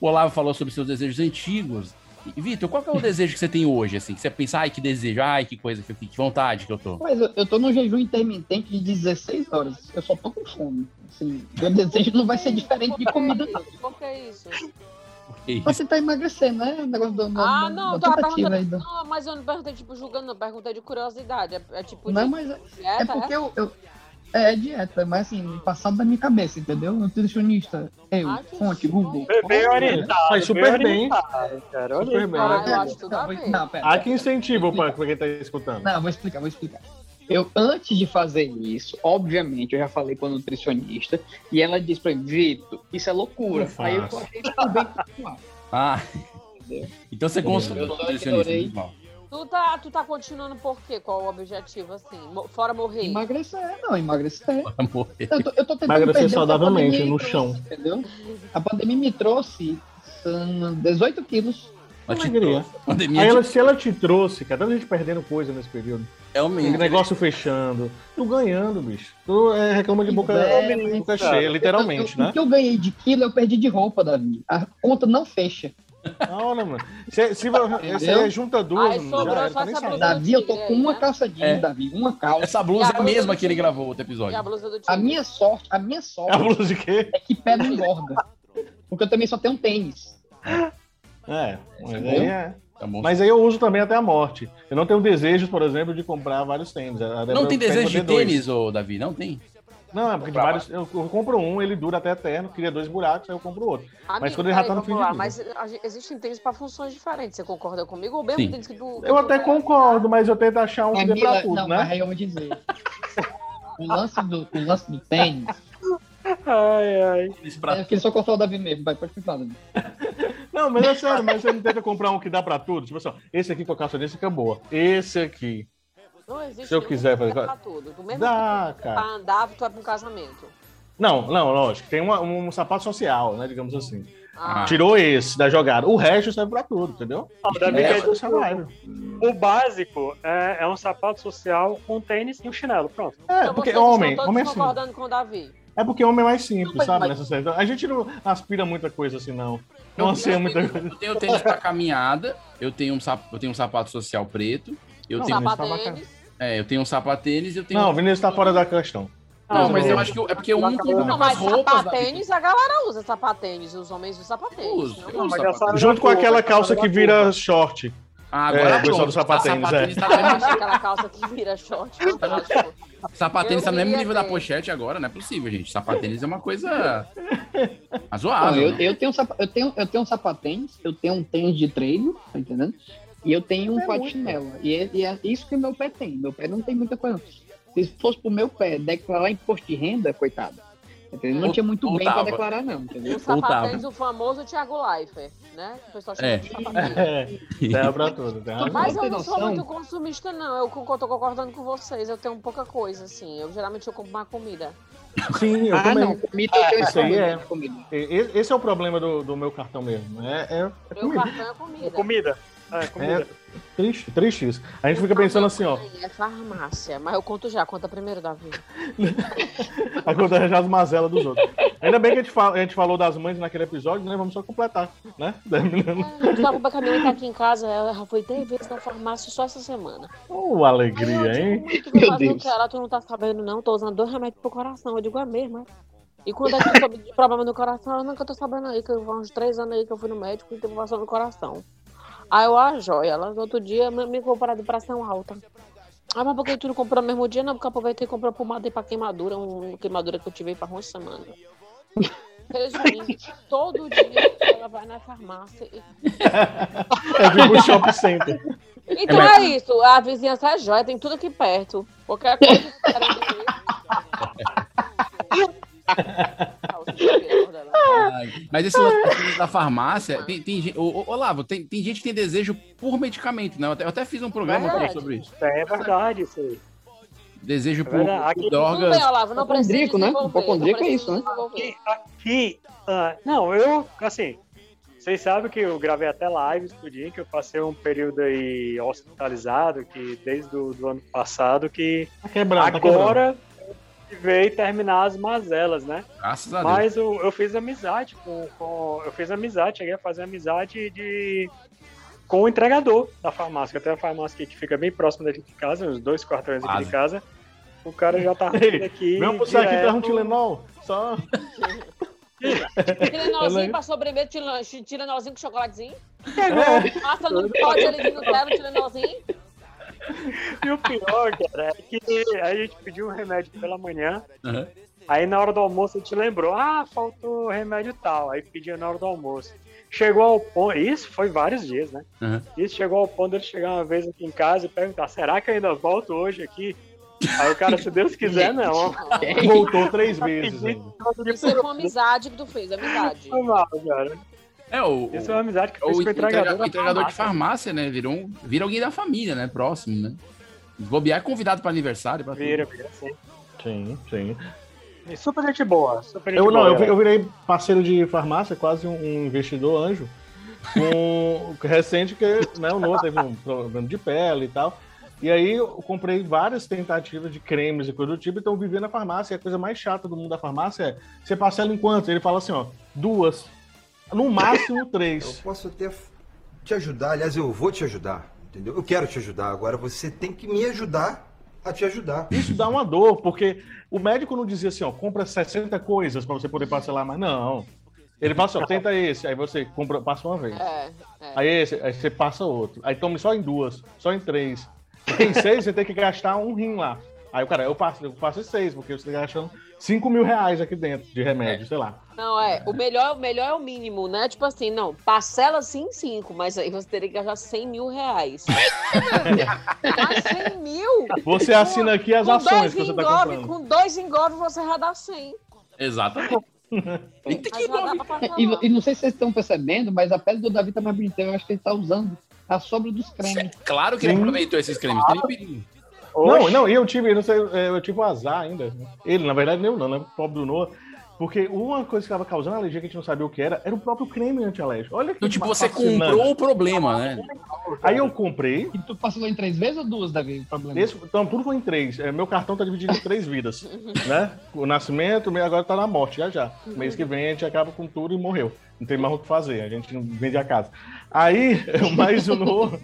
S3: O Olavo falou sobre seus desejos antigos. E, Vitor, qual que é o desejo que você tem hoje, assim? Que você pensa, ai, que desejo, ai, que coisa, que, que vontade que eu tô.
S9: Mas eu, eu tô num jejum intermitente de 16 horas. Eu só tô com fome. Assim, meu desejo não vai ser diferente de comida. não.
S2: Qual que é isso?
S3: Que
S9: Mas Você tá emagrecendo, né? O negócio do, do,
S2: Ah,
S9: do-
S2: não, eu
S9: da
S2: tava
S9: tentativa aí.
S2: perguntando.
S9: do-
S2: Não, mas eu não perguntei, tipo, julgando, não. Perguntei de curiosidade. É, é tipo
S9: Não,
S2: de
S9: mas é-
S2: dieta,
S9: é porque eu, eu- É dieta, mas assim, passado da minha cabeça, entendeu? Nutricionista. Eu,
S2: Ah, que
S9: fonte, Google.
S4: Bem orientado.
S1: Faz super
S4: bem
S1: bem.
S4: orientado, cara. Olha
S1: Super
S4: aí.
S1: bem.
S2: Ah,
S1: né?
S2: eu acho tudo a ver.
S9: Não, pera.
S1: Há que incentivo pra pra quem tá escutando.
S9: Não, vou explicar, vou explicar. Eu, antes de fazer isso, obviamente, eu já falei com a nutricionista e ela disse pra mim, Vitor, isso é loucura.
S1: Não
S9: Aí eu
S1: faço.
S9: achei tudo bem continuar.
S3: Ah, então você consultou
S9: Eu
S3: o nutricionista.
S9: adorei.
S3: muito bom.
S2: Tu tá, tu tá continuando por quê? Qual o objetivo, assim? Mo- Fora morrer.
S9: Emagrecer, não, emagrecer.
S3: Amor.
S9: Eu tô, eu tô tentando
S1: Emagrecer
S9: perder o que a
S1: saudavelmente,
S9: pandemia me
S1: no
S9: trouxe,
S1: chão.
S9: Entendeu? A pandemia me trouxe são 18 quilos.
S3: Ela te
S1: Alegria.
S3: trouxe. A pandemia
S1: Aí ela,
S3: te-
S1: se ela te trouxe, cara, tanta gente perdendo coisa nesse período.
S3: realmente.
S1: O negócio fechando, tu ganhando, bicho. Tu é, reclama de boca,
S9: Velho,
S1: boca
S4: cara.
S1: cheia, literalmente,
S9: Então, Eu- eu-
S1: né?
S9: O que eu ganhei de quilo, eu perdi de roupa, Davi. A conta não fecha.
S1: Na hora, mano. Se, se, se
S9: Entendeu?
S1: é junta duas,
S2: Aí
S1: mano,
S2: sobrou
S1: já era,
S2: só
S1: tá nem
S2: essa
S1: sabendo.
S2: blusa.
S9: Davi, eu tô
S2: tirei,
S9: com uma
S2: né?
S9: calça jeans,
S3: É.
S9: Davi. Uma calça.
S3: Essa blusa
S2: E
S3: é a
S2: a
S3: mesma
S2: blusa
S3: que ele
S2: do-
S3: gravou outro
S2: E a
S3: episódio.
S2: blusa do time?
S9: A minha sorte, a
S1: É
S9: minha
S1: a
S9: sorte
S1: blusa de quê?
S9: é que pedra engorda. Porque eu também só tenho tênis.
S1: É, mas aí
S9: Entendeu?
S1: é.
S3: Tá bom.
S1: Mas aí eu uso também até a morte. Eu não tenho desejos, por exemplo, de comprar vários tênis. A Débora
S3: não tem
S1: quer
S3: desejo de
S1: ter dois.
S3: tênis, ô Davi? Não tem?
S1: Não, é porque de vários. Eu, eu compro um, ele dura até eterno, cria dois buracos, aí eu compro outro.
S2: Amigo,
S1: mas quando ele já
S2: peraí,
S1: tá no
S2: vamos
S1: fim de
S2: lá,
S1: vida.
S2: Mas a gente- existem tênis para funções diferentes. Você concorda comigo? Ou mesmo
S3: Sim.
S2: tênis que tu.
S1: Eu até concordo, mas eu tento achar um
S9: É
S1: que dê pra
S9: Mila-
S1: tudo,
S9: não, mas
S1: né?
S9: aí eu vou dizer. O lance do, o lance do tênis.
S4: Ai, ai.
S3: Tênis pra
S9: É que ele só cortou o Davi mesmo. Vai, pode continuar, Davi.
S1: Não, mas é sério, mas você não tenta comprar um que dá pra tudo? Tipo assim, ó, esse aqui com a calça desse fica boa. Esse aqui.
S2: Não existe
S1: Se eu
S2: nenhum
S1: quiser
S2: que
S1: fazer-
S2: dá pra tudo. Do mesmo
S1: Dá,
S2: que tu
S1: cara.
S2: pra andar, tu vai pra um casamento.
S1: Não, não, lógico. Tem uma- um sapato social, né? Digamos assim.
S2: Ah,
S1: Tirou esse da jogada. O resto serve pra tudo, entendeu?
S4: Ó, o Davi
S3: É,
S4: quer
S1: Essa é
S4: dizer
S1: a sua vibe.
S4: que O básico é, é um sapato social, um tênis e um chinelo. Pronto.
S1: É,
S2: então
S1: porque
S2: vocês estão
S1: homem,
S2: todos
S1: homem é assim.
S2: concordando com o Davi.
S1: É porque homem é mais simples,
S9: Não, mas-
S1: sabe?
S9: mas-
S1: Nessa série. A gente não aspira muita coisa assim, não. Não
S3: Eu-
S1: anseia muita
S3: eu-
S1: coisa.
S3: Eu tenho tênis pra caminhada, eu tenho um, sap... eu tenho um sapato social preto, eu,
S1: Não,
S3: tenho...
S1: mas-
S2: Sapatênis.
S3: É, eu tenho um sapatênis e eu tenho.
S1: Não, o Vinícius tá fora da questão.
S3: Não,
S4: Ah,
S3: mas eu
S4: mas-
S3: acho que eu- é porque um combina
S2: Não,
S3: com as
S2: mas
S3: roupas. da-
S2: sapatênis a galera usa sapatênis. Os homens usam sapatênis.
S3: Eu uso,
S2: não?
S3: eu uso
S4: mas já
S3: sapatênis.
S4: sabe-
S1: Junto com
S4: curva,
S1: aquela
S4: tá
S1: calça
S4: fora
S1: que
S4: da
S1: vira short.
S3: Ah, agora
S1: É, o pessoal
S3: pronto.
S1: do sapatênis,
S3: sapatênis
S1: é.
S3: tá
S2: Eu
S3: no
S2: acho aquela calça que vira short. tipo, um eu acho.
S3: mesmo- sapatênis tá no mesmo
S2: Eu
S3: nível da
S2: queria
S3: pochete agora, não é possível, gente. Sapatênis é uma coisa
S9: Não,
S3: razoável.
S9: eu,
S3: né?
S9: eu tenho, sapa- eu, tenho, eu tenho um sapatênis, eu tenho um tênis de treino, tá entendendo? E eu tenho um
S1: É
S9: pé de
S1: muito.
S9: chinelo. E é, e é isso que meu pé tem. Meu pé não tem muita coisa. não. Se fosse pro meu pé declarar imposto de renda, coitado. Entendeu? Não
S3: Ou-
S9: tinha muito
S3: ou
S9: bem
S3: tava.
S9: pra declarar, não, entendeu?
S2: O sapatênis, o famoso Thiago Leifert, né? O pessoal chama
S3: É.
S2: de sapatênis.
S1: É, dá pra tudo. Tá?
S9: Mas-
S2: Mas eu
S9: Pra ter
S2: não sou
S9: noção-
S2: muito consumista, não. Eu con- tô concordando com vocês. Eu tenho pouca coisa, assim. Eu geralmente eu compro uma comida.
S1: Sim, eu
S9: ah,
S1: também.
S9: não, comida eu tenho
S1: isso aí
S9: escolha,
S1: é.
S9: né, comida.
S1: E- Esse é o problema do, do meu cartão mesmo. É, é- é
S2: Meu
S1: comida.
S2: cartão é comida.
S4: Comida. É,
S1: É triste, triste isso. A gente fica pensando assim, ó.
S2: É farmácia, mas eu conto já, conta primeiro, Davi.
S1: Aí quando arranjar as mazelas dos outros. Ainda bem que a gente, fala- a gente falou das mães naquele episódio, né? Vamos só completar, né?
S2: Tá com a minha mãe tá aqui em casa, ela já foi três vezes na farmácia só essa semana.
S1: Oh, alegria, hein?
S2: Tu não tá vendo que ela, tu não tá sabendo, não. Tô usando dois remédios pro coração. Eu digo a mesma. E quando é que eu soube de problema no coração, ela nunca tô sabendo aí, que eu há uns três anos aí que eu fui no médico e teve passando no coração. Aí eu, ah, joia, ela no outro dia me, me comprou a depressão alta. Ah, mas por que tu não comprou no mesmo dia? Não, porque eu aproveitei e comprei pomada aí pra queimadura, uma queimadura que eu tive aí pra uma semana. Resumindo, todo dia ela vai na farmácia e
S1: É tipo o shopping center.
S2: então é, isso, a vizinhança é joia, tem tudo aqui perto. Qualquer coisa espera é
S3: Ai, Mas esse lance da farmácia, tem, tem, gen- ô, ô, Olavo, tem, tem gente que tem desejo por medicamento, né? Eu até, eu até fiz um programa
S2: Verdade.
S3: sobre isso.
S4: É verdade isso aí.
S3: Desejo por,
S4: verdade.
S3: por
S4: Aqui-
S2: Tudo bem,
S3: drogas.
S2: Olavo, não precisa
S9: Hipocondríaco, né?
S2: desenvolver, não
S9: Hipocondríaco é
S2: precisa
S9: isso, né?
S2: desenvolver.
S4: que. ah, não, eu, assim. Vocês sabem que eu gravei até lives por dia, que eu passei um período aí hospitalizado, que desde o do ano passado, que
S1: Tá quebrando, tá quebrando.
S4: agora eu veio terminar as mazelas, né?
S3: Graças
S1: Tá
S3: a Deus.
S4: Mas eu, eu fiz amizade com, com- Eu fiz amizade, cheguei a fazer amizade de. Com o entregador da farmácia. Até a farmácia que fica bem próximo daqui de casa, uns dois quarteirões aqui de
S3: Quase.
S4: casa. O cara já tá
S1: Ei,
S4: vindo aqui.
S1: Vem almoçar aqui, traz um
S4: direto.
S1: Tilenol. Só.
S2: Tiranolzinho pra sobremesa, tira- tiranolzinho com chocolatezinho. Passa no pote, ele vem no telo, tiranolzinho.
S4: E o pior, cara, é que a gente pediu um remédio pela manhã,
S3: Aham.
S4: aí na hora do almoço a gente lembrou, ah, faltou remédio tal, aí pediu na hora do almoço. Chegou ao ponto, isso foi vários dias, né?
S3: Aham.
S4: Isso chegou ao ponto de ele chegar uma vez aqui em casa e perguntar, será que eu ainda volto hoje aqui? Aí o cara, se Deus quiser, não.
S9: É
S1: Voltou três vezes. ainda.
S2: Isso é uma amizade que tu fez, amizade.
S4: Foi mal, cara.
S3: É o,
S4: Isso é uma amizade que
S3: o,
S4: fez com o entregador.
S3: entregador,
S4: da
S3: entregador de farmácia,
S4: farmácia.
S3: né? Virou um- vira alguém da família, né? Próximo, né? Bobear é convidado para aniversário. Pra tudo.
S4: Vira, vira, sim.
S1: Sim, sim.
S4: E Super gente boa, super gente
S1: Eu não,
S4: boa.
S1: eu, vi-
S4: galera.
S1: eu virei parceiro de farmácia, quase um, um investidor anjo. Com recente que né, o Noah teve um problema de pele e tal. E aí eu comprei várias tentativas de cremes e coisa do tipo, então eu vivia na farmácia. E a coisa mais chata do mundo da farmácia é você parcela em quanto? Ele fala assim, ó, duas. No máximo
S11: Eu
S1: três.
S11: posso até f- te ajudar, aliás, eu vou te ajudar, entendeu? Eu quero te ajudar, agora você tem que me ajudar a te ajudar.
S1: Isso dá uma dor, porque o médico não dizia assim, ó, compra 60 coisas pra você poder parcelar, mas não. Ele fala assim, ó, tenta esse, aí você compra, passa uma vez.
S2: É,
S1: Aí, esse- aí você passa outro. Aí tome só em duas, só em três. Em seis, você tem que gastar um rim lá. Aí o cara, eu faço, eu faço em seis, porque você tá gastando 5 mil reais aqui dentro de remédio, sei lá.
S2: Não, é. O melhor, o melhor é o mínimo, né? Tipo assim, não, parcela sim cinco, mas aí você teria que gastar 100 mil reais. mas 100 mil?
S1: Você assina aqui as
S2: com
S1: ações
S2: dois
S1: que você tá
S2: engove,
S1: comprando.
S2: Com dois engove você já dá 100.
S3: Exatamente. Tem que
S2: Mas já dá pra parcelar.
S9: E, e não sei se vocês estão percebendo, mas a pele do Davi tá mais bonitona. Eu acho que ele tá usando a sobra dos cremes.
S3: Claro que ele
S1: Sim.
S3: aproveitou esses cremes. Tem perigo.
S1: Não, não, e eu tive, não sei, é, eu tive um azar ainda. Ele, na verdade, nem eu não, né? O pobre do Noah. Porque uma coisa que tava causando alergia que a gente não sabia o que era, era o próprio creme anti-alérgico. Olha que
S3: Então, tipo, você
S1: fascinante.
S3: comprou o problema, né?
S1: Aí eu comprei,
S9: E tu parcelou em três vezes ou duas, Davi? O problema.
S1: Esse- então, tudo foi em três. É, Meu cartão tá dividido em três vidas. né? O nascimento, meu, agora tá na morte, já já. Mês que vem a gente acaba com tudo e morreu. Não tem mais o que fazer, a gente não vende a casa. Aí, mais um novo.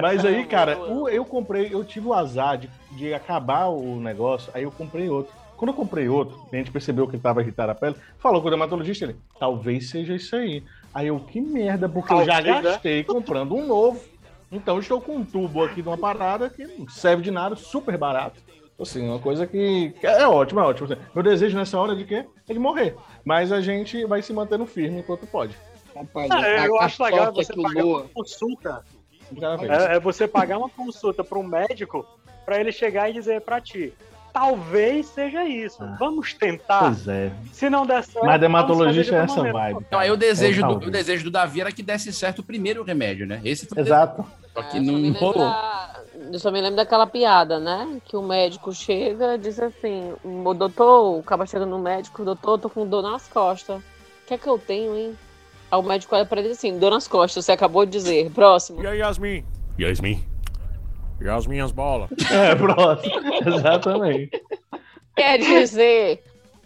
S1: Mas aí, cara, o- eu comprei, eu tive o azar de, de acabar o negócio, aí eu comprei outro. Quando eu comprei outro, a gente percebeu que tava irritado a pele, falou com o dermatologista, ele, talvez seja isso aí. Aí eu, que merda, porque eu já
S4: Talvez, né?
S1: gastei comprando um novo. Então eu estou com um tubo aqui de uma parada que não serve de nada, super barato. Assim, uma coisa que que é ótima, é ótimo. Meu desejo nessa hora é de quê? É de morrer. Mas a gente vai se mantendo firme enquanto pode.
S9: Rapaz,
S4: Ah,
S9: a-
S4: eu
S9: a
S4: acho legal
S9: sorte é
S4: você
S9: que o
S4: pagar
S9: Lua-
S4: uma consulta
S1: De cada vez.
S4: É, é você pagar uma consulta para um médico para ele chegar e dizer para ti, talvez seja isso. Vamos tentar.
S1: Ah. Pois é.
S4: Se não der certo,
S1: Mas
S4: vamos fazer de
S1: dermatologista é
S4: outra
S1: essa
S4: maneira.
S1: vibe.
S3: Então, aí o desejo,
S1: É,
S3: do,
S1: talvez.
S3: o desejo do Davi era que desse certo o primeiro remédio, né? Esse foi o
S1: Exato.
S3: desejo, Só que
S2: É,
S3: não
S2: só me
S3: rolou.
S2: lembra Eu só me lembro daquela piada, né? Que o médico chega e diz assim: o doutor, o cara chega no médico, doutor, tô com dor nas costas. O que é que eu tenho, hein? Aí o médico olha pra ele e diz assim: dor nas costas, você acabou de dizer. Próximo.
S12: E aí, Yasmin?
S13: Yasmin?
S12: E as minhas bolas?
S1: É, próximo. Exatamente.
S2: Quer dizer,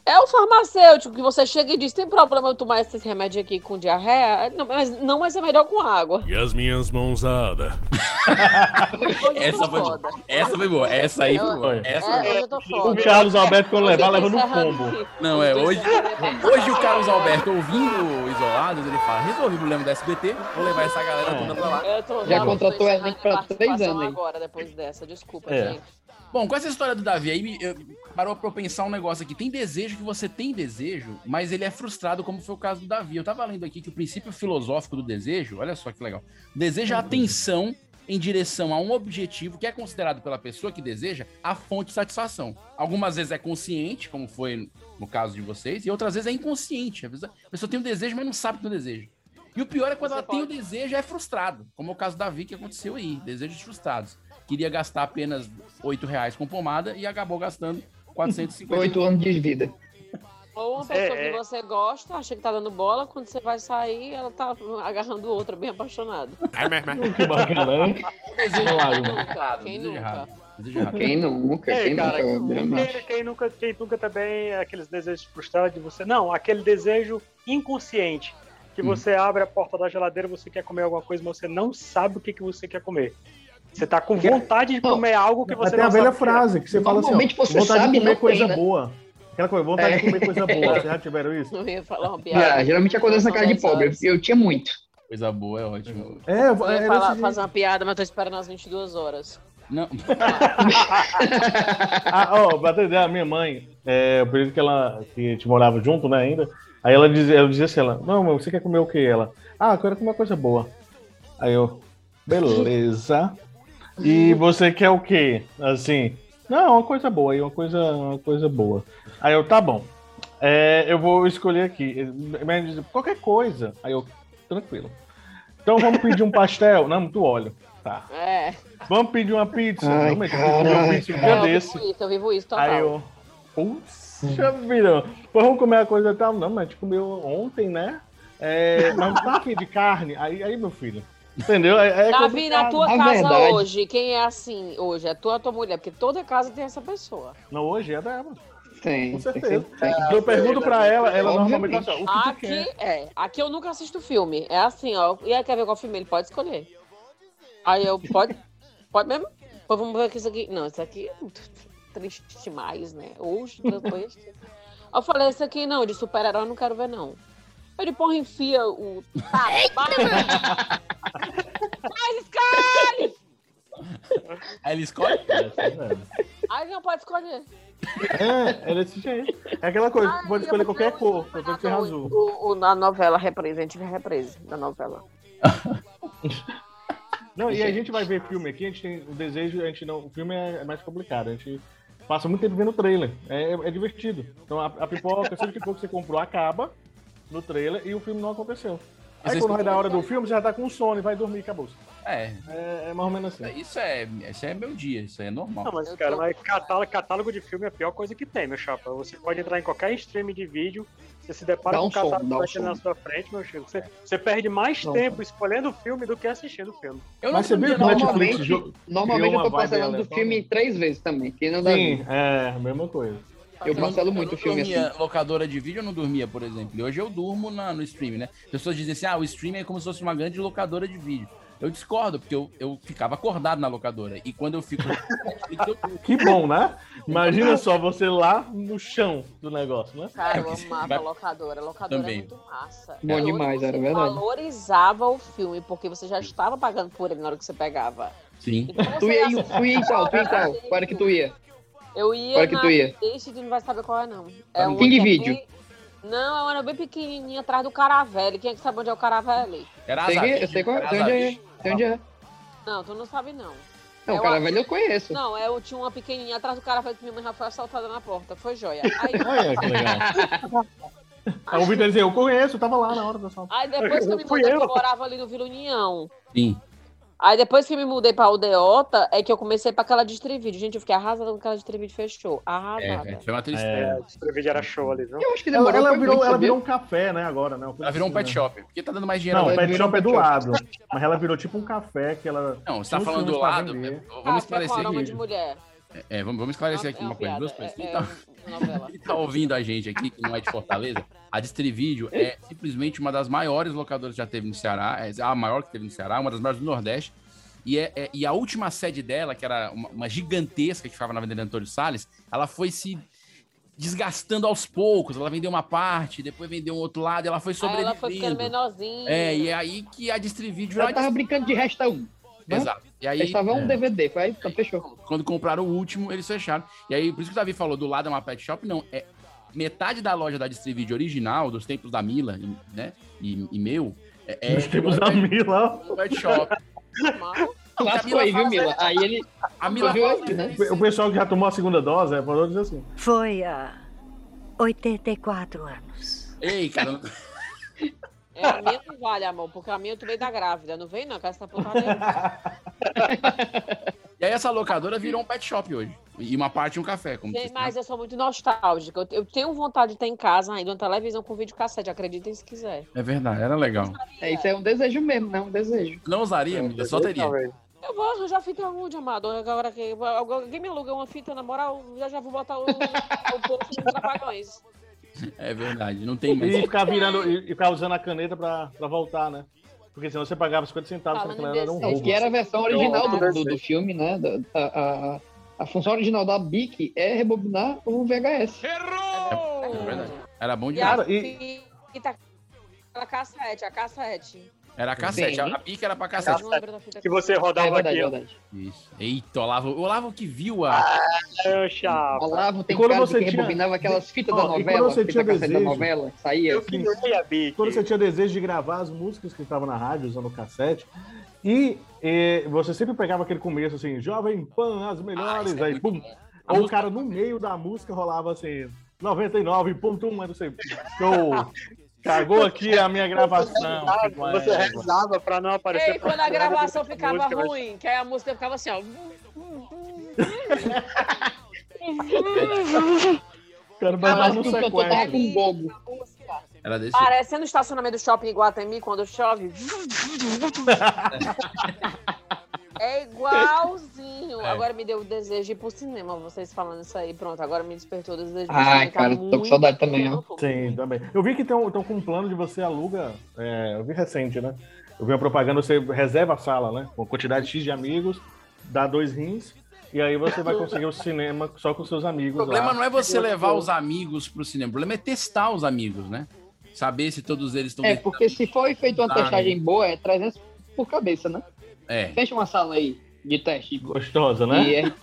S2: é o farmacêutico que você chega e diz: tem problema eu tomar esse remédio aqui com diarreia? Não, mas, não, mas é melhor com água.
S13: E as minhas mãozadas?
S3: Essa foi, essa foi boa. Essa aí foi boa. Essa
S2: É, hoje eu tô
S1: O
S2: foda.
S1: Carlos Alberto, quando
S2: Hoje eu
S1: levar,
S2: tô
S1: leva no
S2: encerrando
S1: combo.
S3: Não, é, hoje, hoje o Carlos Alberto, ouvindo o Isolados, ele fala, resolvi o problema do SBT, vou levar essa galera toda pra lá.
S2: Eu tô-
S3: Já
S2: não,
S3: contratou
S2: eu tô
S3: a
S2: encerrando
S3: gente pra
S2: a participação
S3: três anos aí.
S2: agora, depois dessa, desculpa,
S3: É.
S2: gente.
S3: Bom, com essa história do Davi aí, me- eu- parou pra eu pensar um negócio aqui. Tem desejo que você tem desejo, mas ele é frustrado, como foi o caso do Davi. Eu tava lendo aqui que o princípio filosófico do desejo, olha só que legal, deseja atenção em direção a um objetivo que é considerado pela pessoa que deseja a fonte de satisfação. Algumas vezes é consciente, como foi no caso de vocês, e outras vezes é inconsciente. A pessoa a pessoa tem o desejo, mas não sabe que tem o desejo. E o pior é quando ela tem o desejo e é frustrado, como é o caso do Davi que aconteceu aí, desejos frustrados. Queria gastar apenas R$ 8 reais com pomada e acabou gastando 450
S14: Oito anos de vida.
S2: Ou uma pessoa
S3: É, é.
S2: que você gosta, acha que tá dando bola, quando você vai sair, ela tá agarrando outra, bem apaixonada.
S12: É
S1: Que bacana, hein?
S2: Quem
S3: Desejo errado. Desejo errado.
S14: Quem nunca,
S4: É,
S14: quem
S4: cara,
S14: nunca,
S9: um
S14: obviamente.
S4: quem, quem nunca, quem nunca também é aqueles desejos frustrados de você. Não, aquele desejo inconsciente.
S1: Hum.
S4: Que você abre a porta da geladeira, você quer comer alguma coisa, mas você não sabe o que, que você quer comer. Você tá com vontade de comer algo que você
S1: Até a
S4: não
S1: velha
S4: sabe. o que é.
S1: frase que você fala assim: ó,
S4: Normalmente você
S1: vontade
S4: sabe,
S1: de comer
S4: não tem,
S1: coisa
S4: né?
S1: boa. Aquela coisa, vontade
S14: É.
S1: de comer coisa boa. Vocês já tiveram isso?
S2: Não ia falar uma piada.
S9: Ah,
S14: Já, geralmente acontece na cara de pobre. Eu tinha muito.
S3: Coisa boa é ótimo.
S1: É,
S2: Eu ia falar, fazer uma piada, mas tô esperando às 22 horas.
S3: Não.
S1: Ah, ó, pra ter ideia, a minha mãe, é, o período que ela que a gente morava junto, né, ainda, aí ela dizia, ela dizia assim, ela, não, mãe, você quer comer o quê? Ela, ah, eu quero comer uma coisa boa. Aí eu, beleza. E você quer o quê? Assim, não, uma coisa boa, aí uma coisa, uma coisa boa. Aí eu, tá bom. É, eu vou escolher aqui. Mas diz, Qualquer coisa. Aí eu, tranquilo. Então vamos pedir um pastel? Não, muito óleo. Tá.
S2: É.
S1: Vamos pedir uma pizza?
S14: Ai,
S1: não, mas eu pedi uma
S14: caraca.
S1: pizza um dia
S2: eu
S1: desse.
S2: vivo isso, eu vivo isso total.
S1: Aí eu. Puxa vida, pô, vamos comer a coisa e tal. Não, mas a gente comeu ontem, né? É, mas não tá afim de carne. Aí, aí, meu filho. Entendeu? É, é
S2: Davi, na
S1: complicado.
S2: Tá tua casa hoje, quem é assim hoje? É tu ou a tua mulher? Porque toda casa tem essa pessoa.
S1: Não, hoje é dela.
S14: Tem.
S1: Com certeza. É, Eu pergunto pra ela, ela normalmente fala assim, o que tu
S2: Aqui,
S1: quer?
S2: é, aqui eu nunca assisto filme. É assim, ó. E aí quer ver qual filme? Ele pode escolher. Aí eu, pode? Pode mesmo? Pô, vamos ver aqui isso aqui. Não, isso aqui é muito triste demais, né? Hoje, depois. Aí eu falei, isso aqui não, de super-herói eu não quero ver, não. Eu de porra enfia o. Tá, Mas escolhe!
S3: Aí ele escolhe?
S2: Aí não pode escolher.
S1: É, é desse jeito. É aquela coisa,
S2: Ah,
S1: pode escolher qualquer
S2: um
S1: cor, eu tô ser azul.
S2: O, o- na novela represa, a gente vê represa na novela.
S1: Não, e a gente vai ver filme aqui, a gente tem o desejo, a gente não. O filme é é mais complicado, a gente passa muito tempo vendo o trailer. É, é divertido. Então a, a pipoca, sempre que pouco você comprou, acaba no trailer e o filme não aconteceu. Aí
S3: Vocês-
S1: quando vai dar a hora do filme, você já tá com sono e vai dormir, acabou.
S3: É.
S1: É, é mais ou menos assim.
S3: Isso é, isso é meu dia, isso aí é normal.
S4: Não, mas, cara, mas catálogo, catálogo de filme é a pior coisa que tem, meu chapa. Você pode entrar em qualquer stream de vídeo, você se depara
S14: Dá
S4: com
S14: um
S4: um catálogo
S14: som, dá um
S4: daquele na
S14: som.
S4: sua frente, meu chico. Você, você perde mais
S14: Dá um
S4: tempo escolhendo o filme do que assistindo o filme.
S14: Mas você viu é que o Netflix jo- Normalmente eu tô
S4: parcelando
S14: parcelando o filme três vezes também, que não dá
S1: Sim,
S14: vida.
S1: é a mesma coisa.
S14: Eu parcelo muito
S3: não
S14: filme
S3: dormia
S14: assim.
S3: locadora de vídeo, eu não dormia, por exemplo. E hoje eu durmo na- no streaming, né? Pessoas dizem assim, ah, o streaming é como se fosse uma grande locadora de vídeo. Eu discordo, porque eu, eu ficava acordado na locadora. E quando eu fico...
S1: Que bom, né? Imagina só você lá no chão do negócio, né?
S2: Cara, eu amava
S1: Vai-
S2: a locadora. A locadora
S1: Também.
S2: é muito massa.
S1: Bom
S2: E
S1: demais,
S2: você
S1: era verdade.
S2: valorizava o filme, porque você já estava pagando por ele na hora que você pegava.
S3: Sim.
S14: Tu ia, em- tu ia em qual? Tu ia em qual? Qual era que tu ia?
S2: Eu ia
S14: Qual é que
S2: na...
S14: tu ia?
S2: Este tu não vai saber qual é, não.
S14: Tá
S2: É
S14: no
S2: uma
S14: King
S2: que é
S14: Video.
S2: bem- Não, é uma bem pequenininha, atrás do Caravelli. Quem é que sabe onde é o Caravelli?
S3: Era
S14: Sei, que-
S3: Azavid,
S14: sei qual é,
S3: era
S14: sei onde é.
S3: Azavid.
S14: Sei onde é.
S2: Não, tu não sabe, não.
S14: Não,
S2: É
S14: o Caravelli eu conheço.
S2: Não, é, eu tinha uma pequenininha atrás do Caravelli que minha mãe já foi assaltada na porta. Foi joia. Aí...
S1: Olha que legal. Aí o Vitor dizia, eu conheço, eu tava lá na hora da sua.
S2: Aí depois que eu me
S1: Fui
S2: mudei, que
S1: eu.
S2: eu morava ali no Vila União.
S3: Sim.
S2: Aí depois que me mudei pra Aldeota, é que eu comecei pra aquela de Trevídeo. Gente, eu fiquei arrasada quando aquela de Trevídeo fechou. Arrasada.
S3: foi uma tristeza.
S4: É, Trevídeo era show ali,
S9: É.
S4: viu?
S14: Eu acho que
S1: Ela,
S14: demorou
S1: ela
S14: foi
S1: virou,
S14: muito,
S1: ela
S14: sabia?
S1: virou um café, né? Agora, né? Uma coisa
S3: Ela virou um
S1: assim,
S3: pet
S1: né?
S3: shop, porque tá dando mais dinheiro.
S1: Não, o
S3: agora.
S1: pet shop é do lado. Mas ela virou tipo um café que ela.
S3: Não, você tá
S1: tinha uns
S3: falando do
S1: filmes pra
S3: lado.
S1: vender.
S3: é,
S2: Ah,
S3: Vamos
S2: tá com
S3: esclarecer
S2: aroma
S3: aqui.
S2: de mulher.
S3: É, vamos, vamos esclarecer aqui
S2: É
S3: uma,
S2: uma
S3: coisa.
S2: piada.
S3: Duas coisas.
S2: É,
S3: Quem,
S2: é
S3: tá,
S2: uma novela.
S3: quem tá ouvindo a gente aqui, que não é de Fortaleza, a Distrivídeo é simplesmente uma das maiores locadoras que já teve no Ceará, é a maior que teve no Ceará, uma das maiores do Nordeste. E, é, é- e a última sede dela, que era uma, uma gigantesca que ficava na Avenida Antônio Salles, ela foi se desgastando aos poucos. Ela vendeu uma parte, depois vendeu um outro lado, e ela foi
S2: Aí
S3: sobrevivendo.
S2: Ah, ela foi ficando menorzinha.
S3: É, e é aí que a
S1: um
S3: Distrivídeo...
S14: Ela tava brincando de resta um. né?
S3: Exato. E aí,
S14: Restava um
S3: é.
S14: DVD, foi aí, então fechou.
S3: Quando compraram o último, eles fecharam. E aí, por isso que o Davi falou, do lado é uma pet shop, não. É metade da loja da Distrivide original, dos tempos da Mila, e- né? E, e meu, é, é
S1: Nós temos a
S3: é
S1: Mila.
S3: um pet shop.
S14: Lascou aí, viu, Mila? Aí ele.
S3: A Mila
S14: Viu
S3: fala,
S14: aí, né?
S1: O pessoal que já tomou a segunda dose, é, falou dizer assim.
S15: Foi há 84 anos.
S3: Ei, cara, não-
S2: É, a minha não vale, amor, porque a minha eu tomei da grávida. Não vem, não, que essa porra tá dela-
S3: E aí essa locadora virou um pet shop hoje. E uma parte e um café, como
S2: Tem
S3: vocês
S2: mais, eu sou muito nostálgica. Eu, eu tenho vontade de ter em casa ainda uma televisão com videocassete, acreditem se quiser.
S3: É verdade, era legal.
S14: É, isso é um desejo mesmo, né? Um desejo.
S3: Não usaria, Mila, só teria.
S2: Eu vou arranjar fita ruim, um amado. Agora que alguém me aluga uma fita, na moral, eu já vou botar o, o posto nos trapalhões.
S3: É verdade, não tem mais.
S1: E ficar virando, e e ficar usando a caneta pra, pra voltar, né? Porque senão você pagava 50 centavos,
S2: Falando
S1: porque ela era um
S2: em
S14: Não,
S1: roubo.
S14: que era a versão
S1: Eu
S14: original do,
S1: amo
S14: do, do
S1: desejo.
S14: filme, né? Da- da- a, a- a função original da BIC é rebobinar o VHS.
S3: É verdade. Era bom
S2: E
S3: de
S2: a fita, a cassete, a cassete.
S3: Era cassete,
S14: Sim.
S3: a pica era pra
S2: Eu
S3: cassete.
S2: não lembro da fita
S4: Que você rodava
S14: É verdade,
S4: aqui, ó.
S14: verdade.
S3: Isso. Eita, Olavo, o Olavo que viu a...
S4: Eu, chapa.
S14: Olavo tem
S1: E quando
S14: cara
S1: você
S14: que
S1: tinha-
S14: rebobinava aquelas fitas da
S1: Ó, e quando
S14: novela,
S1: você
S14: fita
S1: tinha
S14: cassete da
S1: desejo?
S14: novela, que saía.
S4: Eu criei a Bic.
S1: Quando você tinha desejo de gravar as músicas que estavam na rádio, usando o cassete, e, eh, você sempre pegava aquele começo assim, Jovem Pan, as
S3: Ah,
S1: melhores,
S3: isso é
S1: aí
S3: muito
S1: pum.
S3: bom. A
S1: Ou o
S3: música-
S1: cara no meio da música rolava assim, 99.1, não sei, um", show. Cagou aqui a minha gravação. Fico
S4: Ah, Você
S1: égua.
S4: rezava pra não aparecer.
S2: Ei, quando a gravação ficava
S4: Música, mas-
S2: ruim, que aí a música ficava assim, ó.
S1: O
S3: Ah,
S1: cara
S14: Mas que
S1: mandava no
S14: o cantor tava
S1: sequestro.
S14: com um bobo.
S3: Era desse
S2: Parecendo o estacionamento do shopping em Guatemi quando chove. É igualzinho.
S3: É.
S2: Agora me deu o desejo de ir pro cinema, vocês falando isso aí. Pronto, agora me despertou o desejo de ir pro
S14: Ai,
S2: cinema, tá
S14: cara, tô com
S2: muito
S14: saudade também, ó.
S2: louco.
S1: Sim, também. Eu vi que estão com um plano de você aluga. é, eu vi recente, né? Eu vi uma propaganda, você reserva a sala, né? Com quantidade X de amigos, dá dois rins, e aí você vai conseguir o cinema só com seus amigos.
S3: O problema
S1: lá.
S3: não é você levar os amigos pro cinema, o problema é testar os amigos, né? Saber se todos eles estão
S14: É, porque se for feito uma
S3: Ah,
S14: testagem boa, é 300 por cabeça, né?
S3: É.
S14: Fecha uma sala aí de teste.
S1: Gostosa,
S14: E
S1: né?
S14: a gente-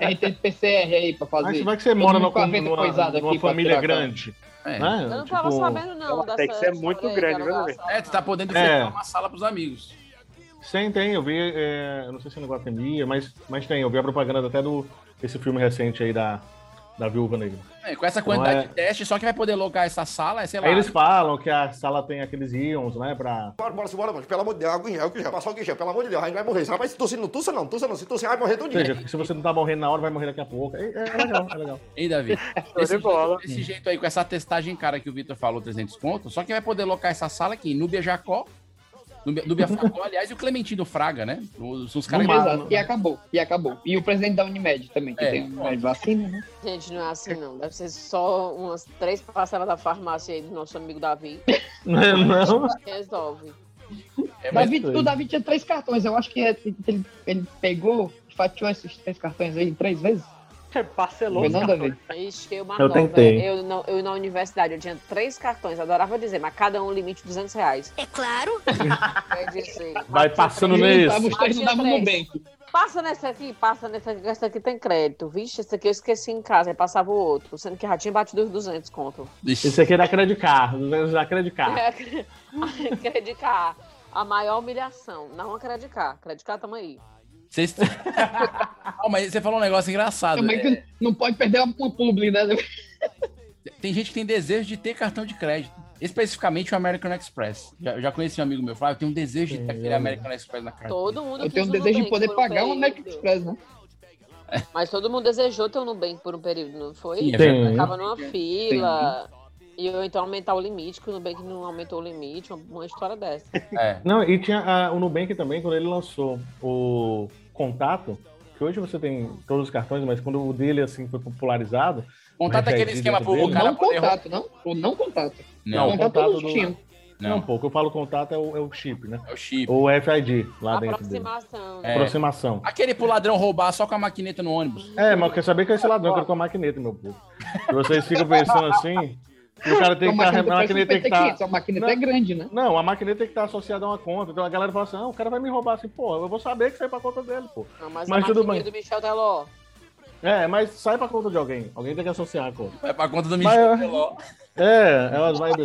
S14: a gente tem PCR aí pra fazer.
S1: Mas vai que você mora
S14: mundo
S1: no,
S14: com a venda
S1: numa,
S14: coisada
S1: numa
S14: aqui pra tirar,
S1: família grande.
S3: É.
S1: Né?
S2: Eu não tava sabendo, não.
S4: tem Tipo, que ser muito grande, viu, Lê?
S3: É, tu tá podendo
S1: É.
S3: fechar uma sala pros amigos.
S1: Sim, tem. Eu vi, é, eu não sei se é no Guatemi, mas, mas tem. Eu vi a propaganda até do esse filme recente aí da, da Viúva Negra.
S3: É, com essa
S1: Então,
S3: quantidade
S1: é-
S3: de teste, só que vai poder logar essa sala, é, sei lá.
S1: Aí eles falam que a sala tem aqueles íons, né? Pra,
S10: Bora, bora, bora, bora. Pelo amor de Deus, água em gel, água em gel. Passar o gel, pelo amor de Deus. A gente vai morrer. Rapaz, se tossir, não tussa não, tussa não. Se tossir, vai morrer todo
S1: Ou
S10: dia.
S1: seja, se você não tá morrendo na hora, vai morrer daqui a pouco. É, é legal, é legal.
S3: Hein, Davi?
S4: de
S3: Desse
S4: bola.
S3: jeito, desse jeito aí, com essa testagem, cara, que o Vitor falou, 300 conto, só que vai poder locar essa sala aqui, Núbia Jacó, Núbia, Núbia Facó, aliás, e o Clementino Fraga, né? Os, os caras...
S1: No mar.
S14: Exato. E acabou, e acabou. E o presidente da Unimed também, que
S3: É.
S14: tem uma vacina, né?
S2: Gente, não é assim, não. Deve ser só umas três parcelas da farmácia aí do nosso amigo Davi.
S1: Não é, não?
S2: Resolve.
S3: É, mas-
S14: Davi, o Davi tinha três cartões, eu acho que é- ele, ele pegou, fatiou esses três cartões aí três vezes.
S4: Parcelou.
S14: Foi não, Davi?
S2: Ixi, tem uma
S1: Eu
S2: nova. né?
S1: tentei.
S2: Eu, na, eu na universidade, eu tinha três cartões, adorava dizer, mas cada um limite de 200 reais.
S15: É claro.
S2: Quer dizer,
S1: Vai passando
S14: Tava
S1: nesse.
S14: os três não davam
S2: Batia
S14: no banco.
S2: passa nessa aqui, passa nessa aqui, que essa aqui tem crédito. Vixe, essa aqui eu esqueci em casa, aí passava o outro, sendo que já tinha batido os 200 conto.
S1: Esse aqui é da Credit Car, da Credit Car.
S2: É, credicar. A maior humilhação. Não a credicar. Credicar, tamo aí.
S3: Vocês... Ah, mas você falou um negócio engraçado.
S14: Também
S3: é,
S14: que não pode perder uma publi, né?
S3: Tem gente que tem desejo de ter cartão de crédito. Especificamente o American Express. Já, eu já conheci um amigo meu, Flávio, tem um desejo de ter aquele American Express na
S1: É.
S3: carteira.
S2: Todo mundo
S14: Eu tenho
S2: quis
S14: um desejo de
S2: Nubank
S14: poder
S2: por
S14: pagar um
S2: período.
S14: American Express, né?
S2: Mas todo mundo desejou ter um Nubank por um período, não foi?
S14: Sim, é verdade.
S2: Ficava numa fila. E eu então aumentar o limite, que o Nubank não aumentou o limite, uma- uma história dessa.
S3: É.
S1: Não, e tinha a- o Nubank também, quando ele lançou o contato, que hoje você tem todos os cartões, mas quando o dele assim foi popularizado.
S3: Contato é aquele esquema pro
S1: o
S3: cara Não poder-
S14: Contato, não? Ou não contato?
S1: Não,
S14: contato,
S1: contato
S14: todos
S1: do-
S14: tinham.
S1: Não, um pouco. Eu falo contato é o, é o chip, né?
S3: É o chip.
S1: Ou FID lá Tá dentro dele.
S2: Aproximação.
S3: né?
S1: Aproximação.
S3: Aquele pro ladrão roubar só com a maquineta no ônibus.
S1: É, mas eu quero saber que é esse ladrão, eu quero com a maquineta, meu povo. Se vocês ficam pensando assim, que o cara tem que
S14: Uma
S1: estar.
S14: maquineta
S1: a
S14: faz
S1: maquineta tem que
S14: 50
S1: tá estar.
S14: quilos, a maquineta é grande, né?
S1: Não, a maquineta tem que estar associada a uma conta. Então a galera fala assim: ah, o cara vai me roubar assim, pô, eu vou saber que saiu pra conta dele, pô.
S2: Não, mas,
S1: Mas
S2: a
S1: tudo
S2: maquininha
S1: bem.
S2: do Michel tá Teló.
S1: É, mas sai pra conta de alguém. Alguém tem que associar a conta.
S3: Vai pra conta do
S1: Mas-
S3: Michel Teló.
S1: É, elas vão assim.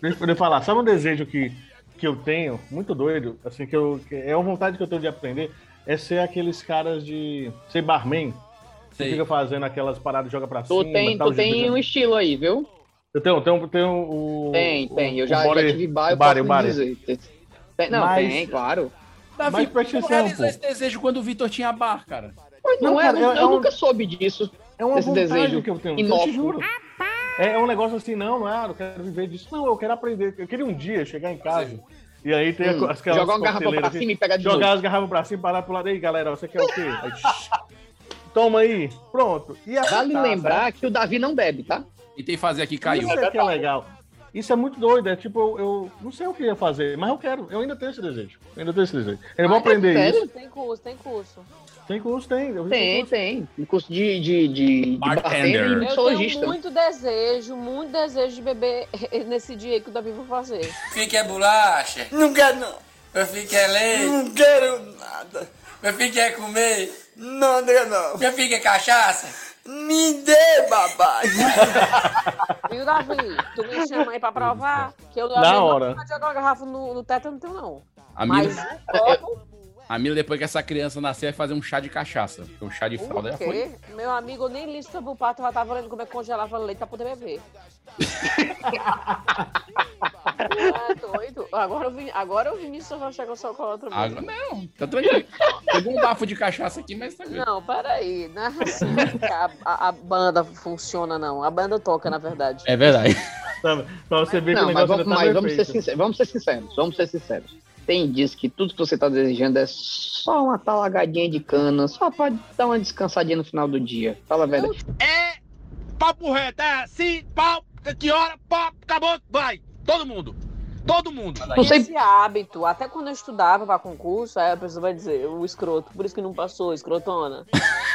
S1: Deixa eu poder falar. Sabe um desejo que, que eu tenho, muito doido, assim, que, eu, que é uma vontade que eu tenho de aprender, é ser aqueles caras de. ser barman. Que fica fazendo aquelas paradas, joga pra
S14: Tu
S1: cima.
S14: tem,
S1: tal,
S14: tu tem
S1: jogando.
S14: um estilo aí, viu?
S1: Eu tenho, tenho, tenho o.
S14: Tem,
S1: o-
S14: tem.
S1: o
S14: Eu já, já
S1: body-
S14: tive bar,
S1: o
S14: eu
S1: body,
S14: posso
S1: o body.
S14: dizer. Tem- não,
S1: Mas-
S14: tem, claro.
S3: Davi,
S1: Mas
S3: por que
S1: presta
S3: tu
S1: atenção,
S3: realizou
S1: pô.
S3: esse desejo quando o Vitor tinha bar, cara?
S14: Mas não,
S1: Não,
S14: é,
S1: cara,
S14: eu,
S1: é
S14: eu
S1: um-
S14: nunca soube disso.
S1: É uma
S14: desse
S1: vontade
S14: desejo
S1: que eu tenho, eu
S14: inócuo.
S1: te juro. É, é um negócio assim, não, não é, eu quero viver disso. Não, eu quero aprender. Eu queria um dia chegar em casa e aí ter
S14: Hum,
S1: as aquelas
S14: jogar uma garrafa
S1: coqueleiras
S14: pra cima e pegar de
S1: Jogar
S14: novo.
S1: as garrafas pra cima, parar pro lado. Aí, galera, você quer o quê? Aí, Toma aí, pronto. E assim
S14: Vale
S1: tá,
S14: lembrar que o Davi não bebe, tá?
S3: Tentei fazer aqui, caiu.
S1: Isso é que é legal. Isso é muito doido. É tipo, eu, eu não sei o que ia fazer, mas eu quero. Eu ainda tenho esse desejo. Eu ainda tenho esse desejo.
S14: Ah,
S1: Eu
S14: é
S1: vou aprender isso.
S2: Tem curso, tem curso.
S1: Tem curso, tem. Eu
S14: Tem, tem. Um curso de, de, de, de bartender e
S2: Eu tenho
S14: mixologista.
S2: muito desejo, muito desejo de beber nesse dia aí que o Davi vai fazer.
S7: Filho quer bolacha? Não quero não. Meu filho quer leite? Não quero nada. Meu filho quer comer? Não, não quero não. Meu filho quer cachaça? Me dê, babai.
S2: Viu, Davi? Tu me chama aí pra provar que eu
S3: Na hora.
S2: Não jogar uma garrafa no, no teto, eu não tenho, não.
S3: A
S2: Mas
S3: mina,
S1: é,
S2: um copo,
S3: a mina, depois que essa criança nascer, vai fazer um chá de cachaça. Porque O
S1: é
S3: chá de fralda é já
S2: o
S3: foi.
S2: quê? Meu amigo, eu nem li sobre o pato, já tava lendo como é que congelava leite pra poder beber. ah, doido. Agora o, Vin... Agora o Vinícius vai chegar só com a outra
S3: Água. Não, tá tranquilo. Pegou um bafo de cachaça aqui, mas tá bem.
S2: Não, peraí. Não é assim que a, a- a banda funciona, não. A banda toca, na verdade.
S3: É verdade.
S1: Tá, pra você ver
S14: Não,
S1: que o
S14: mas,
S1: negócio
S14: vamos, mas
S1: ainda tá
S14: vamos, ser
S1: perfeito.
S14: sinceros, vamos ser sinceros, vamos ser sinceros. Tem dias que tudo que você tá desejando é só uma talagadinha de cana, só pra dar uma descansadinha no final do dia. Fala, a verdade.
S10: É papo reto, é assim, pau, que hora, pau, acabou, vai. Todo mundo. Todo mundo.
S2: Esse hábito, até quando eu estudava pra concurso, aí a pessoa vai dizer, o escroto, por isso que não passou, escrotona.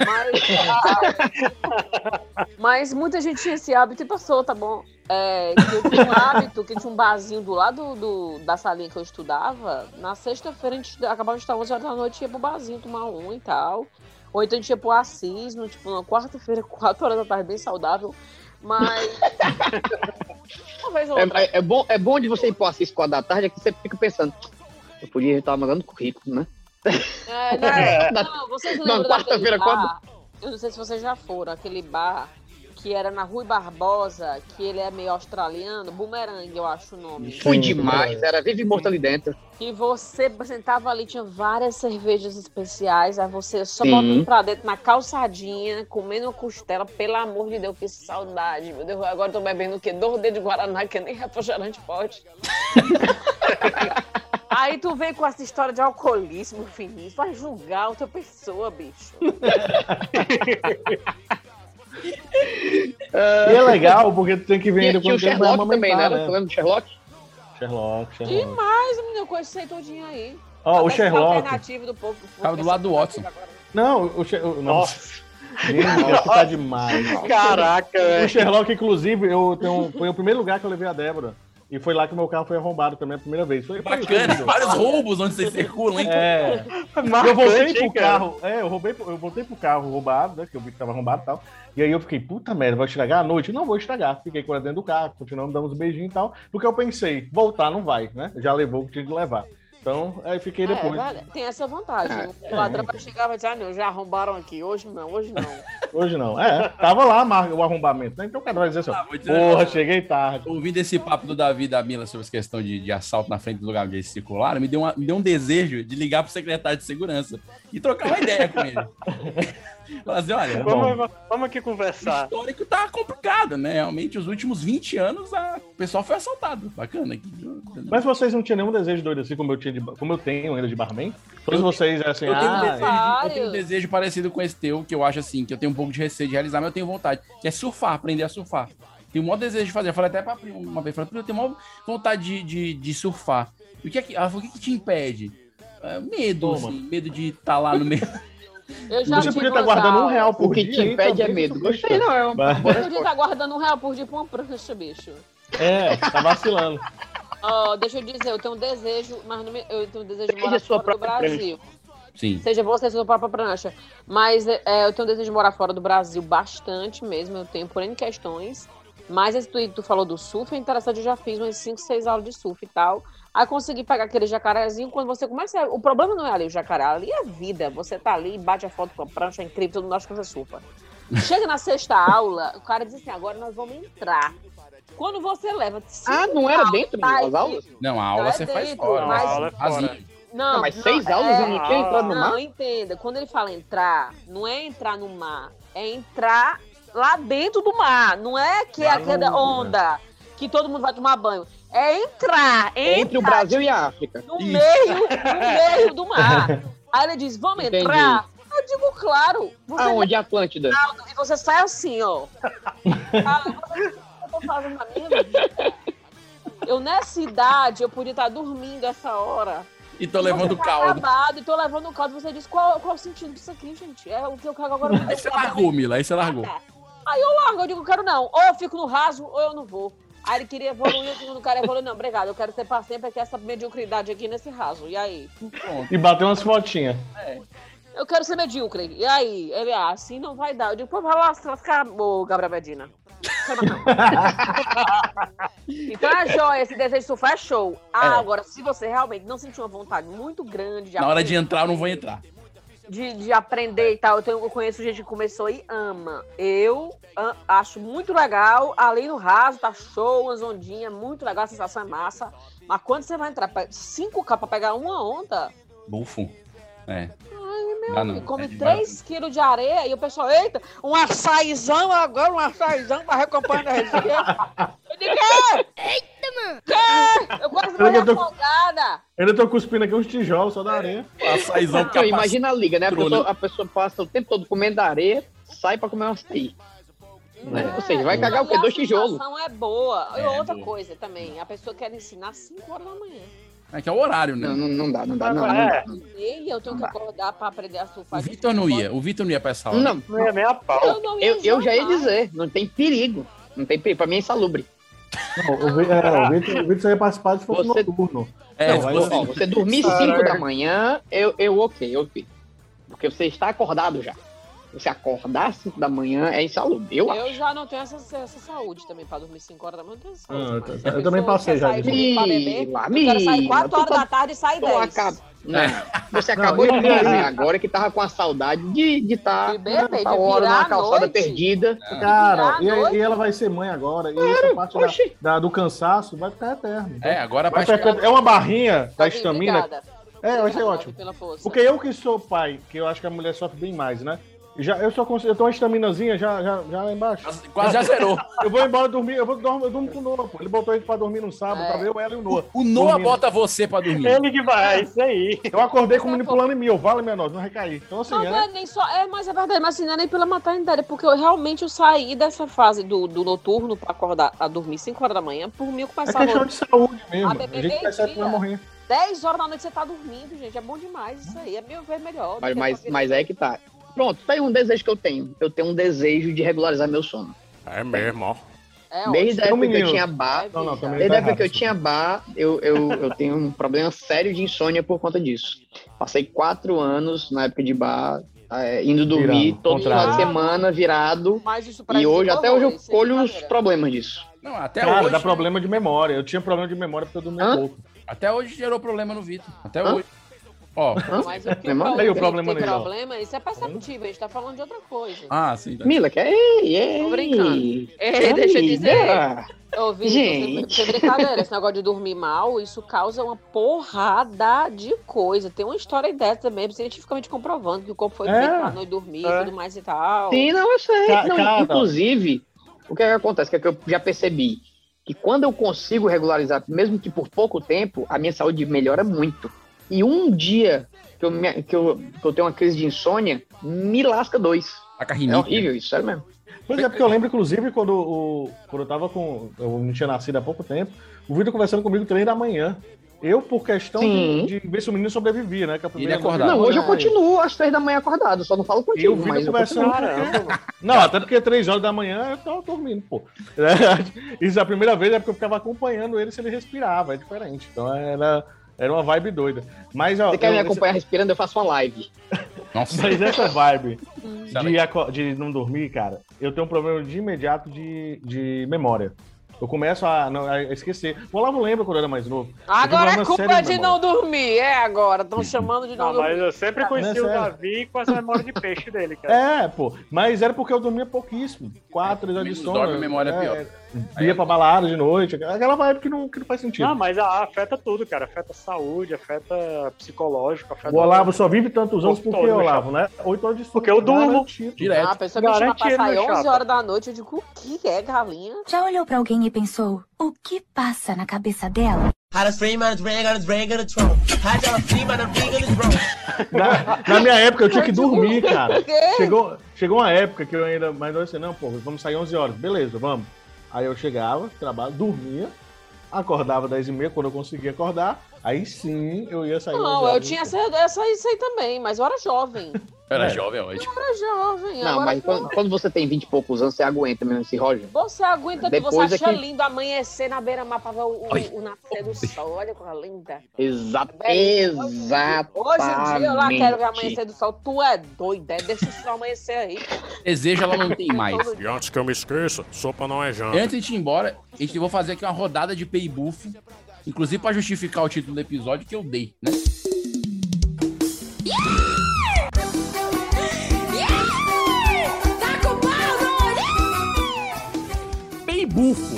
S2: Mas, mas muita gente tinha esse hábito e passou, tá bom? É, que eu tinha um hábito, que tinha um barzinho do lado do- da salinha que eu estudava, na sexta-feira a gente acabava de estar 11 horas da noite, ia pro barzinho tomar um e tal. Ou então a gente ia pro Assis, no, tipo, na quarta-feira, 4 horas da tarde, bem saudável. Mas. Uma vez ou outra.
S14: É, é- é bom, é bom de você ir pro Assis 4 da tarde, é que você fica pensando, eu podia estar mandando currículo, né?
S2: É,
S14: É.
S2: não, não, vocês
S14: Na
S2: lembram daquele
S14: quarta-feira,
S2: bar? Eu não sei se vocês já foram, aquele bar que era na Rui Barbosa, que ele é meio australiano, Boomerang, eu acho o nome.
S14: Fui demais, era vive e morto ali dentro.
S2: E você sentava ali, tinha várias cervejas especiais, aí você só
S14: Sim.
S2: botando pra dentro na calçadinha, comendo uma costela, pelo amor de Deus, que saudade, meu Deus, agora eu tô bebendo o quê? Dois dedos de Guaraná, que é nem refrigerante pode. Aí tu vem com essa história de alcoolismo, Vinícius, vai julgar outra pessoa, bicho.
S1: E é legal, porque tu tem que ver
S14: Tinha,
S1: ainda
S14: tinha o
S1: quando tem pra
S14: Sherlock também, né?
S1: amamentar,
S14: Tu lembra do Sherlock?
S1: Sherlock, Sherlock.
S2: Demais, menino, eu conheci todinho aí.
S1: Ó, o
S2: Até que
S1: Sherlock.
S2: alternativo do povo.
S3: Tava do lado do Watson.
S1: Não, o Sherlock. Nossa. Gente, esse tá demais.
S4: Caraca,
S1: O
S3: É.
S4: velho.
S1: Sherlock, inclusive, eu tenho, um, foi o primeiro lugar que eu levei a Débora. E foi lá que meu carro foi arrombado também a primeira vez. Foi, foi
S3: Bacana,
S1: incrível.
S3: é, vários roubos onde vocês circulam, hein?
S1: É. eu voltei pro carro. É, eu roubei, pro- eu voltei pro carro roubado, né? Que eu vi que tava arrombado e tal. E aí eu fiquei, puta merda, vai estragar à noite? Não vou estragar. Fiquei com ela dentro do carro, continuamos dando uns beijinhos e tal. Porque eu pensei, voltar não vai, né? Já levou o que tinha de levar. Então, aí fiquei
S2: É,
S1: depois.
S2: vale- tem essa vantagem. né?
S1: É,
S2: o ladrão vai chegar e vai dizer, ah, não, já arrombaram aqui. Hoje não, hoje não.
S1: Hoje não. É, tava lá a marca, o arrombamento, né? Então o cara vai dizer assim, ó, porra, cheguei tarde.
S3: Ouvindo esse papo do Davi e da Mila sobre essa questão de, de assalto na frente do lugar onde eles circularam, me deu, uma- me deu um desejo de ligar pro secretário de segurança e trocar uma ideia com ele. Falar assim, olha,
S4: Vamos, vamos aqui conversar.
S3: O histórico tá complicado, né? Realmente, os últimos 20 anos, a- o pessoal foi assaltado. Bacana.
S1: Mas vocês não tinham nenhum desejo doido assim, como eu, tinha de- como eu tenho ainda de barman? Todos vocês, assim,
S3: eu, tenho um
S1: ah,
S3: desejo, eu tenho um desejo parecido com esse teu, que eu acho assim, que eu tenho um pouco de receio de realizar, mas eu tenho vontade, que é surfar, aprender a surfar. Tenho o maior desejo de fazer. Eu falei até pra Pri uma vez, falei, Pri, eu tenho maior vontade de, de, de surfar. E o que é que, ela falou, o que, que te impede? É, medo,
S1: Toma.
S3: assim, medo de estar lá no meio.
S2: Eu já
S1: Você
S2: tive
S1: podia estar
S2: umas
S1: guardando um
S2: aulas.
S1: real por
S9: O que
S1: dia
S9: te
S1: aí,
S9: impede é
S1: talvez
S9: medo.
S1: isso
S9: Gostei, não, é uma
S1: Bah.
S2: Eu podia estar guardando um real por dia pra uma prancha, bicho.
S1: É, tá vacilando.
S2: Ó, deixa eu dizer, eu tenho um desejo, mas não me- eu tenho um desejo de
S9: Seja
S2: morar fora
S9: sua
S2: do
S9: própria
S2: Brasil.
S3: Sim.
S2: Seja você, sua própria prancha. Mas é, eu tenho um desejo de morar fora do Brasil bastante mesmo, eu tenho por N questões. Mas esse tweet que tu falou do surf é interessante, eu já fiz umas 5, 6 aulas de surf e tal. Aí consegui pegar aquele jacarezinho, quando você começa... O problema não é ali o jacaré, ali é a vida. Você tá ali, bate a foto com a prancha, é incrível, todo mundo acha que você surfa. Chega na sexta aula, o cara diz assim, agora nós vamos entrar. Quando você leva...
S9: Ah, não era dentro das aulas?
S3: Não, a aula
S2: Não é
S3: você faz
S2: dentro,
S3: fora.
S2: mas-
S3: né?
S2: A aula é fora.
S3: Sozinho.
S2: Não, é,
S9: Não, mas seis aulas eu não tinha entrado Tá no
S2: Não,
S9: mar?
S2: entenda. Quando ele fala entrar, não é entrar no mar, é entrar lá dentro do mar. Não é que é
S9: Lá no-
S2: aquela onda que todo mundo vai tomar banho. É entrar,
S9: Entre o
S2: entrar
S9: Brasil e a África.
S2: no meio, no meio do mar. Aí ele diz, vamos
S9: Entendi.
S2: entrar? Eu digo, claro. Você tá-
S9: Aonde? Atlântida.
S2: Ronaldo, e você sai assim, ó. Ah, eu tô fazendo na minha vida. Eu, nessa idade, eu podia estar dormindo essa hora.
S3: E tô levando
S2: Você tá
S3: caldo.
S2: Acabado, e tô levando o caldo. Você diz, qual, qual o sentido disso aqui, gente? É o que eu cago agora. eu vou
S3: Aí você
S2: ter que
S3: largou, Mila, aí você largou.
S2: É. Aí eu largo, eu digo, quero não. Ou eu fico no raso, ou eu não vou. Aí ele queria evoluir, o segundo cara evoluiu. Não, obrigado, eu quero ser pra sempre aqui essa mediocridade aqui nesse raso. E aí?
S1: E bateu umas fotinhas.
S2: Eu quero ser medíocre. E aí? Ele, ah, assim não vai dar. Eu digo, pô, vai lá se lascar, ô Gabriel Medina. então é joia, esse desejo de surfar é show. Ah,
S3: É.
S2: agora, se você realmente não sentir uma vontade muito grande de,
S3: Na hora de
S2: aprender-
S3: entrar, eu não vou entrar.
S2: de, de aprender e tal, eu, tenho- eu conheço gente que começou e ama. Eu a- acho muito legal, ali no raso, tá show, umas ondinhas, muito legal, a sensação é massa. Mas quando você vai entrar pra 5K pra pegar uma onda,
S3: Bufo. É.
S2: meu
S3: Dá não,
S2: filho, come
S3: é demais.
S2: 3 quilos de areia e o pessoal, eita, um açaizão agora, um açaizão pra recomprar energia. Eu digo, é! Eita, mano! Eu quase
S1: Peraí
S2: morri
S1: que eu tô-
S2: afogada.
S1: Eu ainda tô cuspindo aqui uns tijolos só da areia.
S3: Açaizão
S9: Então, imagina a liga, né? A
S1: Trona.
S9: pessoa, a pessoa passa o tempo todo comendo areia, sai pra comer um açaí. Ou seja, vai cagar o quê?
S2: E a
S9: Dois tijolos.
S2: sensação é boa. e
S9: É,
S2: outra
S9: boa.
S2: coisa também, a pessoa quer ensinar às 5 horas da manhã.
S3: É que é o horário, né?
S9: Não, não, não dá, não dá, não, não
S3: É.
S9: dá.
S2: E eu tenho que acordar pra aprender a surfar.
S3: O Vitor não ia. O Vitor não ia pra essa aula.
S9: Não,
S4: não é nem a
S2: Eu não ia
S9: Eu, eu já ia
S2: jamais.
S9: dizer, não tem perigo. Não tem perigo, pra mim é insalubre.
S1: Não, o, Vi- é, o Vitor, o Vitor só ia participar se fosse noturno.
S9: É,
S1: Não,
S9: se
S1: aí
S9: você,
S1: eu-
S9: ó, você dormir 5 da manhã, eu, eu ok, eu fico. Porque você está acordado já. Você acordar às 5 da manhã é insalubre, eu acho.
S2: Eu já não tenho essa, essa saúde também pra dormir 5 horas da manhã. Eu tenho essa
S9: Ah,
S2: saúde,
S9: eu
S1: tá
S2: mas
S9: ta-
S2: a
S9: eu também
S2: pessoa
S9: passei
S2: quer
S9: já
S2: sair
S9: disso.
S2: pra beber,
S9: Mila,
S2: eu quero sair
S9: Mila,
S2: 4
S9: tu
S2: horas
S9: tá-
S2: da tarde e sai
S9: tu
S2: 10.
S9: acaba- Você acabou
S2: Não,
S9: de
S2: eu-
S9: dizer agora que tava com a saudade de estar de tá
S2: beber, de
S9: nessa hora
S2: virar
S9: numa
S2: a
S9: calçada
S2: noite. É.
S9: perdida.
S3: tá
S1: Cara, e, e ela vai ser mãe agora. E essa parte da- da- do cansaço vai ficar eterno.
S3: É, agora
S1: Vai
S3: a Tá
S1: ficar-
S3: parte-
S1: é uma barrinha da estamina.
S2: Tá Obrigada.
S1: É, vai ser ótimo.
S2: Pela força.
S1: Porque eu que sou pai, que eu acho que a mulher sofre bem mais, né? Já, eu só consigo, eu tô uma estaminazinha já, já, já lá embaixo.
S3: quase já zerou.
S1: Eu vou embora dormir, eu vou dormir, eu durmo com o Noah, pô. Ele botou ele pra dormir no sábado,
S2: É.
S1: pra ver eu, ela e o Noah.
S3: O Noah bota você pra dormir.
S1: É.
S4: Ele que vai, é isso aí.
S1: Eu acordei com o menino pulando em mim, eu vale menor, não vai cair. Então assim,
S2: Não, não é
S1: é,
S2: nem só. É, mas é verdade, mas assim, não é nem pela maternidade, é porque eu realmente eu saí dessa fase do, do noturno pra acordar a dormir 5 horas da manhã, por mim eu
S1: é
S2: começava
S1: questão de saúde mesmo.
S2: A
S1: A,
S2: bebê é
S1: gente percebe que vai
S2: meio-dia.
S1: morrer.
S2: 10 horas da noite você tá dormindo, gente. É bom demais isso aí. É meio ver melhor. do
S9: Mas,
S2: que
S9: mas,
S2: fazer-
S9: mas é que tá. Pronto, tá aí um desejo que eu tenho. Eu tenho um desejo de regularizar meu sono.
S12: É mesmo, ó.
S2: É
S9: Desde
S12: ótimo.
S9: a época que eu
S12: Menino.
S9: tinha bar,
S12: Não, não, também
S9: desde
S12: tá
S9: a época
S12: errado,
S9: que eu
S12: sim.
S9: tinha bar, eu, eu, eu tenho um problema sério de insônia por conta disso. Passei quatro anos na época de bar, eh, indo dormir
S3: Virado,
S9: todo
S3: contrário.
S9: final de semana virado.
S2: Mas Ah. isso é
S9: E hoje,
S1: prejudica
S9: até hoje, eu
S1: horrores, sem
S9: colho os
S1: brincadeira.
S9: problemas disso.
S3: Não, até
S1: Cara,
S3: hoje. né?
S1: dá problema de memória. Eu tinha problema de memória porque eu dormia pouco.
S3: Até hoje gerou problema no Vitor. Até hoje. Ó,
S2: Mas
S9: é
S2: o que o
S3: Não
S2: Paulo
S3: tem o
S2: tem
S3: problema
S2: tem
S3: nele, ó.
S2: problema, isso é perceptível, a gente tá falando de outra coisa.
S3: Ah, sim. Tá.
S9: Mila, que é. Ei,
S2: Tô brincando. É,
S9: ei,
S2: deixa eu dizer.
S9: amiga.
S2: Ô, Vitor,
S9: Gente.
S2: sem brincadeira, esse negócio de dormir mal, isso causa uma porrada de coisa. Tem uma história dessa também, cientificamente comprovando que o corpo foi
S9: É.
S2: feito pra não dormir e tudo mais e tal.
S9: Sim, não, eu sei.
S2: Ca-
S9: Não,
S2: cara.
S9: inclusive, o que, é que acontece? O que, é que eu já percebi? Que quando eu consigo regularizar, mesmo que por pouco tempo, a minha saúde melhora muito. E um dia que eu, me- que eu, que eu tenho uma crise de insônia, me lasca dois.
S3: É
S9: horrível isso, sério mesmo.
S1: Pois é, porque eu lembro, inclusive, quando, o, quando eu tava com. Eu não tinha nascido há pouco tempo, o Vitor conversando comigo três da manhã. Eu, por questão
S9: Sim.
S1: de, de ver se o menino sobrevivia, né? Que a primeira
S9: Não, hoje eu continuo às três da manhã acordado, só não falo
S1: E eu
S9: contigo,
S1: vi
S9: mas eu
S1: conversando.
S9: continuo.
S1: Não, até porque três horas da manhã eu tava dormindo, pô. Isso a primeira vez é porque eu ficava acompanhando ele se ele respirava, é diferente. Então era, era uma vibe doida. Mas, ó,
S9: Você quer me
S1: eu-
S9: acompanhar respirando, eu faço uma live.
S3: Nossa.
S1: Mas essa vibe de, aco- de não dormir, cara, eu tenho um problema de imediato de, de memória. Eu começo a, não- a esquecer. O Olavo lembra quando eu era mais novo.
S2: Agora
S1: Eu tive
S2: é
S1: uma
S2: culpa
S1: série
S2: de
S1: memória.
S2: não dormir, é agora. Estão chamando de não,
S4: Não,
S2: dormir.
S4: mas eu sempre conheci
S1: Não
S4: o
S1: é sério.
S4: Davi com essa memória de peixe dele, cara.
S1: É, pô. Mas era porque eu dormia pouquíssimo. Quatro, três horas de
S4: É, menos
S1: sono.
S4: dorme, a memória é pior.
S1: É, ia pra balada de noite. Aquela vibe que não, que não faz sentido.
S4: Não, mas ah, afeta tudo, cara. Afeta saúde, afeta psicológico, afeta.
S1: O Olavo só vive tantos anos porque
S4: Todo,
S1: Olavo, né? Oito horas de sono.
S4: Porque eu durmo.
S1: garantido.
S4: Direto.
S2: Ah, a pessoa me
S9: é
S2: chama pra
S4: Garantido,
S2: sair
S4: chapa.
S2: 11 horas da noite, eu digo, o que é galinha?
S6: Já olhou pra alguém e pensou o que passa na cabeça dela?
S1: Na, na minha época eu tinha que dormir, cara.
S16: o
S2: É.
S16: quê?
S1: Chegou, chegou uma época que eu ainda. Mas eu disse, não, pô, vamos sair 11 horas. Beleza, vamos. Aí eu chegava, trabalho, dormia, acordava 10 e meia quando eu conseguia acordar. Aí sim eu ia sair. 11
S2: Não,
S1: horas.
S2: eu
S9: né?
S2: tinha essa, essa isso aí também, mas eu era jovem.
S3: Eu era jovem, é ótimo.
S2: Eu era jovem.
S9: Não,
S2: agora
S9: mas Tá quando, quando você tem 20 e poucos anos, você aguenta mesmo esse Roger.
S2: Você aguenta que você
S9: Depois é
S2: acha
S9: que-
S2: lindo amanhecer na beira-mar pra ver o,
S9: Ai.
S2: o, o nascer do sol. Olha que coisa linda.
S9: Exato.
S2: Beleza.
S9: Exato.
S2: Hoje em dia eu lá quero ver amanhecer do sol. Tu é doida, é? deixa o sol amanhecer aí.
S3: Desejo ela não tem mais.
S12: E antes que eu me esqueça, sopa não é janta.
S3: Antes de ir embora, a gente vou fazer aqui uma rodada de peibufo. Inclusive pra justificar o título do episódio que eu dei, né? Peibufo.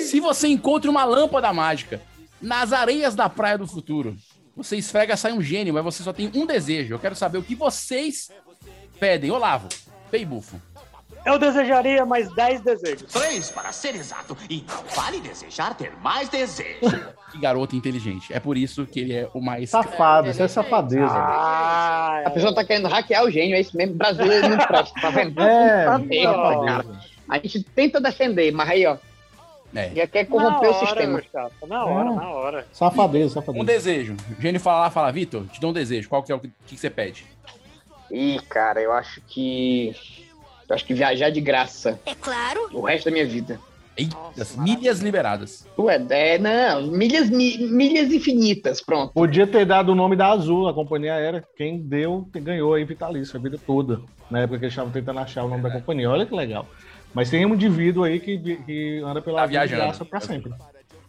S3: Se você encontra uma lâmpada mágica nas areias da praia do futuro, você esfrega, sai um gênio, mas você só tem um desejo. Eu quero saber o que vocês pedem. Olavo, peibufo.
S4: Eu desejaria mais 10 desejos.
S16: Três, para ser exato. Então, vale desejar ter mais desejo.
S3: Que garoto inteligente. É por isso que ele é o mais.
S1: Safado, isso é safadeza.
S4: Ah, é.
S9: a pessoa tá querendo hackear o gênio, é isso mesmo. Brasileiro não presta, tá vendo?
S3: Ah,
S1: É,
S9: Tá feio,
S1: safadeza.
S9: cara. A gente tenta defender, mas aí, ó.
S3: é.
S9: Já quer corromper o sistema.
S4: Na hora, na hora.
S1: Safadeza, safadeza.
S3: Um desejo. O gênio fala lá, fala, Vitor, te dou um desejo. Qual que é o que, que você pede?
S9: Ih, cara, eu acho que. Eu acho que viajar de graça.
S6: É claro.
S9: O resto da minha vida.
S3: Eita, milhas liberadas.
S9: Ué, é, não, milhas, mi- milhas infinitas, pronto.
S1: Podia ter dado o nome da Azul, a companhia aérea. Quem deu, ganhou aí vitalício a vida toda. Na época que eles estavam tentando achar o nome da
S3: É.
S1: companhia. Olha que legal. Mas tem um indivíduo aí que, que anda pela
S3: Tá
S1: vida de
S3: viajando.
S1: graça pra sempre.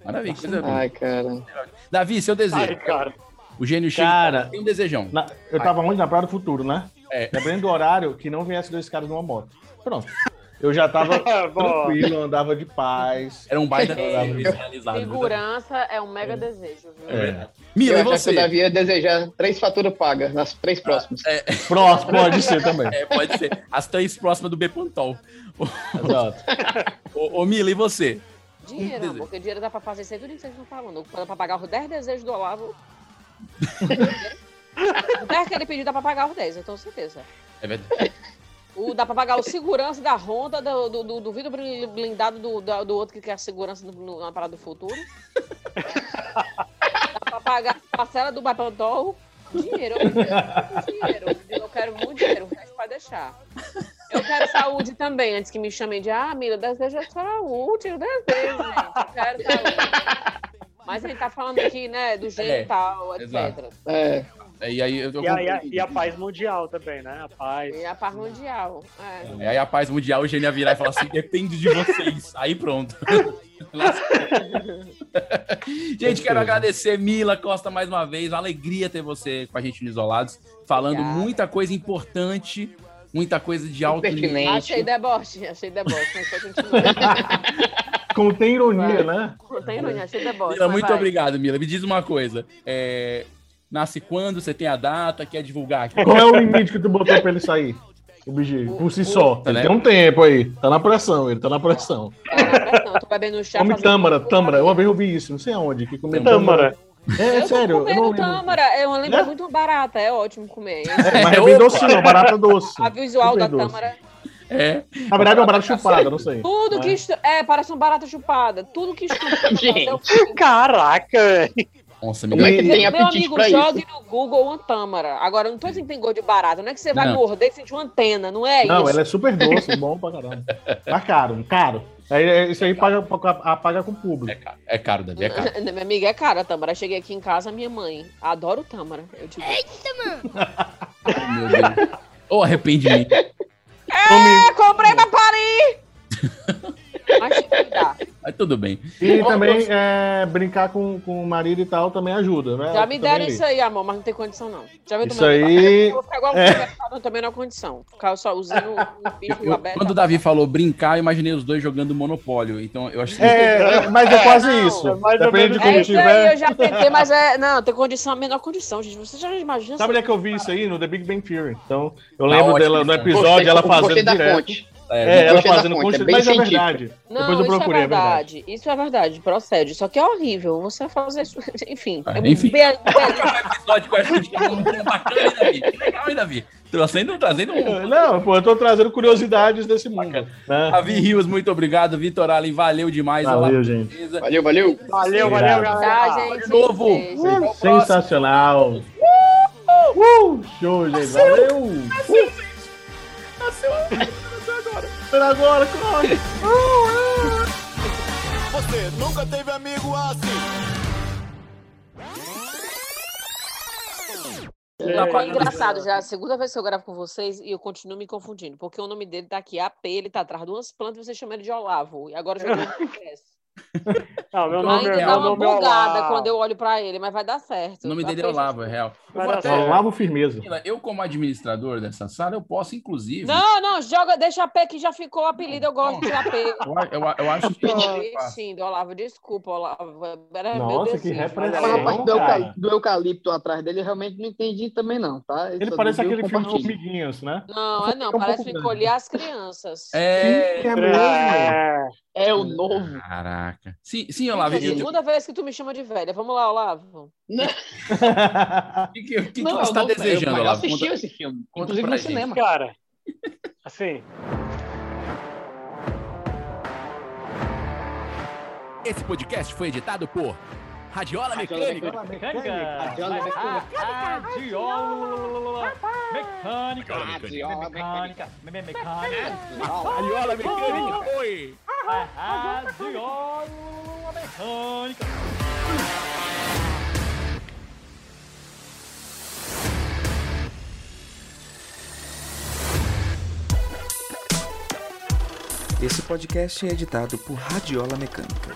S3: Maravilha, que coisa
S9: Ai, cara.
S3: Davi, seu desejo.
S1: Ai, cara.
S3: O gênio chega. e
S1: Cara,
S3: fala, tem um desejão.
S1: Na- eu tava onde? Na Praia do Futuro, né?
S3: É.
S1: Dependendo do horário, que não viesse dois caras numa moto. Pronto. Eu já tava
S4: Boa.
S1: tranquilo, andava de paz.
S3: Era um baita
S1: andava de
S3: desejo realizado.
S2: Segurança é um mega desejo, viu?
S1: É.
S3: Mila,
S9: eu
S3: e
S9: acho
S3: você?
S9: que o Davi ia desejar três faturas pagas nas três próximas.
S1: É. Próximo, pode ser também.
S3: É, pode ser. As três próximas do Bepantol.
S1: Exato.
S3: ô, ô, Mila, e você?
S2: Dinheiro, amor, porque dinheiro dá pra fazer isso aí, tudo que vocês estão falando. Dá pra pagar os 10 desejos do Olavo. o 10 que ele pediu dá pra pagar os 10, eu tenho certeza.
S3: É verdade.
S2: O, dá pra pagar o segurança da Honda, do, do, do, do vidro blindado do, da- do, outro que quer segurança no- no- na parada do futuro. dá pra pagar a parcela do Bapantol. Dinheiro, eu quero dinheiro. Eu quero muito dinheiro, o resto pra deixar. Eu quero saúde também, antes que me chamem de ah, Mila, deseja saúde, eu desejo, gente. Eu quero saúde. Mas a gente tá falando aqui, né, do jeito
S9: É,
S2: e tal, etc.
S9: É.
S3: E aí, eu, eu
S4: E, a, e a- e a paz mundial também, né? A paz.
S2: E a paz mundial. é.
S3: E aí a paz mundial, o gênio ia virar e falar assim, depende de vocês. Aí pronto. gente, quero agradecer Mila Costa mais uma vez. Uma alegria ter você com a gente no Isolados, falando
S2: Obrigada.
S3: muita coisa importante, muita coisa de alto
S2: Achei deboche, achei deboche. Mas só continua.
S3: Contém ironia, né?
S2: Tem tá ironia, achei deboche.
S3: Mila,
S2: mas
S3: muito
S2: vai.
S3: obrigado, Mila. Me diz uma coisa. é, Nasce quando? Você tem a data? Quer divulgar?
S1: Qual é o limite que tu botou pra ele sair? O BG, por si só.
S3: Puta,
S1: Ele
S3: né?
S1: tem um tempo aí. Tá na pressão, ele tá na pressão.
S2: Não, tô bebendo chá.
S1: Come
S2: fazendo-
S1: tâmara, tâmara. É Uma vez eu vi isso, não sei aonde. Que comia
S4: Tâmara.
S1: É,
S2: Eu
S1: sério.
S2: tô
S1: Eu não
S2: comendo
S1: lembro.
S2: tâmara, é uma lembra
S1: Né?
S2: muito barata, é ótimo comer.
S1: É, mas é bem docinho, é barata doce.
S2: A visual da
S1: Super doce.
S2: tâmara.
S3: É.
S1: Na verdade é uma barata chupada, não sei.
S2: Tudo que.
S1: Mas-
S2: estu- É, parece uma barata chupada. Tudo que estuda.
S4: Caraca!
S3: Nossa,
S9: é
S4: Mila.
S2: Meu amigo, jogue no Google uma tâmara. Agora, eu não tô dizendo que tem gosto de barata. Não é que você vai
S1: Não.
S2: morder e sentir uma antena, não é isso?
S1: Não, ela é super doce, bom pra caralho. Tá caro, caro. Aí, é, isso aí paga, paga, paga com o público. É
S3: caro, é caro, Davi, é caro.
S2: Minha amiga é cara, a Tâmara. Cheguei aqui em casa, minha mãe. Adoro Tâmara. Eu tipo, digo. Eita, mano!
S3: Meu Deus. Ô, arrependimento.
S1: Então,
S2: É, comprei pra Paris! Mas tinha que dar.
S3: Mas tudo bem.
S1: E
S3: Ô,
S1: também
S3: ô,
S1: é, brincar com, com o marido e tal também ajuda, né?
S2: Já me deram
S1: Também
S2: isso aí, amor, mas não tem condição, não. Já me
S1: Isso
S2: tomando-
S1: aí-
S2: Eu Vou ficar igual um
S3: É.
S2: conversado, também não é condição. Ficar só usando o bicho
S1: Tipo,
S3: eu-
S2: aberto.
S3: quando o Davi falou brincar, eu imaginei os dois jogando Monopólio. Então eu acho que.
S1: É, é, mas é quase
S2: não.
S1: isso. É mais ou Depende menos de
S2: É
S1: como
S2: isso aí,
S1: tiver.
S2: eu já tentei, mas é. Não, tem condição, a menor condição, gente. Você já imagina.
S1: Sabe onde é que eu vi isso aí? No The Big Bang Theory. Então, eu lembro
S3: ótimo,
S1: dela no
S3: então.
S1: episódio,
S3: Gostei,
S1: ela
S3: eu
S1: fazendo
S3: gostei da
S1: direto.
S3: fonte.
S1: É,
S3: É,
S1: ela
S3: gostei da
S1: fazendo
S3: fonte, é
S1: fonte,
S3: bem
S1: mas é
S3: científico.
S1: verdade.
S2: Não,
S1: Depois eu
S2: isso
S1: procurei,
S2: é
S1: é verdade.
S2: verdade. Isso é verdade, procede. Só que é horrível. Você fazer isso. Enfim.
S3: Ah,
S2: é
S3: enfim.
S2: bem-
S3: episódio que eu acho que tinha um pouco bacana, hein, Davi? Que legal, hein, Davi? Trazendo, trazendo um.
S1: Não, pô, eu tô trazendo curiosidades desse mundo. né?
S3: Davi Rios, muito obrigado. Vitor Ali, valeu demais.
S1: Valeu,
S3: Olá,
S1: gente.
S3: beleza?
S14: Valeu, valeu.
S4: Valeu,
S1: valeu,
S2: galera. Tá, gente.
S3: De novo.
S1: Sen- Sensacional. Uh, show, gente. Valeu.
S10: Nasceu agora.
S1: Espera agora, corre.
S10: Você nunca teve amigo assim.
S2: É engraçado, já é a segunda vez que eu gravo com vocês e eu continuo me confundindo, porque o nome dele tá aqui, AP, ele tá atrás de umas plantas e vocês chamam ele de Olavo. E agora eu já não conheço.
S4: Não, meu nome
S2: Ainda
S4: é
S2: dá
S4: meu
S2: uma
S4: nome é
S2: bugada
S4: Olavo.
S2: quando eu olho pra ele, mas vai dar certo.
S3: O nome dele é
S2: AP,
S3: Olavo, é real. Eu
S2: Vai
S3: vou
S2: dar
S4: assim,
S3: até-
S2: certo.
S1: Olavo Firmeza.
S3: Mila, Eu, como administrador dessa sala, eu posso, inclusive.
S2: Não, não, joga, deixa AP que já ficou o apelido, eu gosto de AP.
S3: Eu, a- eu a- eu acho que.
S2: Mentindo, Olavo, desculpa, Olavo. Era É, meu
S1: Nossa,
S2: Deus,
S1: que
S2: sim.
S1: repressão.
S14: Mas o rapaz do,
S1: cara.
S14: eucal- do eucalipto atrás dele, eu realmente não entendi também, não, tá?
S1: Ele parece aquele filme Formiguinhas, né?
S2: Não, é não,
S1: pouco
S2: parece
S1: grande.
S2: encolher as crianças.
S3: É,
S1: Ih, é mesmo.
S4: É.
S14: É o novo.
S3: Caraca. Sim, sim,
S2: É
S3: Olavo.
S2: a
S3: eu- eu-
S2: segunda vez que tu me chama de velha. Vamos lá, Olavo.
S3: O que, que, que você
S14: está
S3: está desejando,
S14: Eu
S3: Olavo?
S14: assisti
S3: Conta-
S14: esse filme,
S3: conta
S14: inclusive
S3: pra
S14: no
S3: gente.
S14: cinema.
S4: Cara, assim,
S17: Esse podcast foi editado por Radiola Mecânica.
S18: Radiola Mecânica. Radiola Mecânica. Radiola Mecânica. Radiola Mecânica. Me- me- Mecânica.
S10: Radiola Mecânica.
S18: Oi. Radiola Mecânica.
S19: Esse podcast é editado por Radiola Mecânica.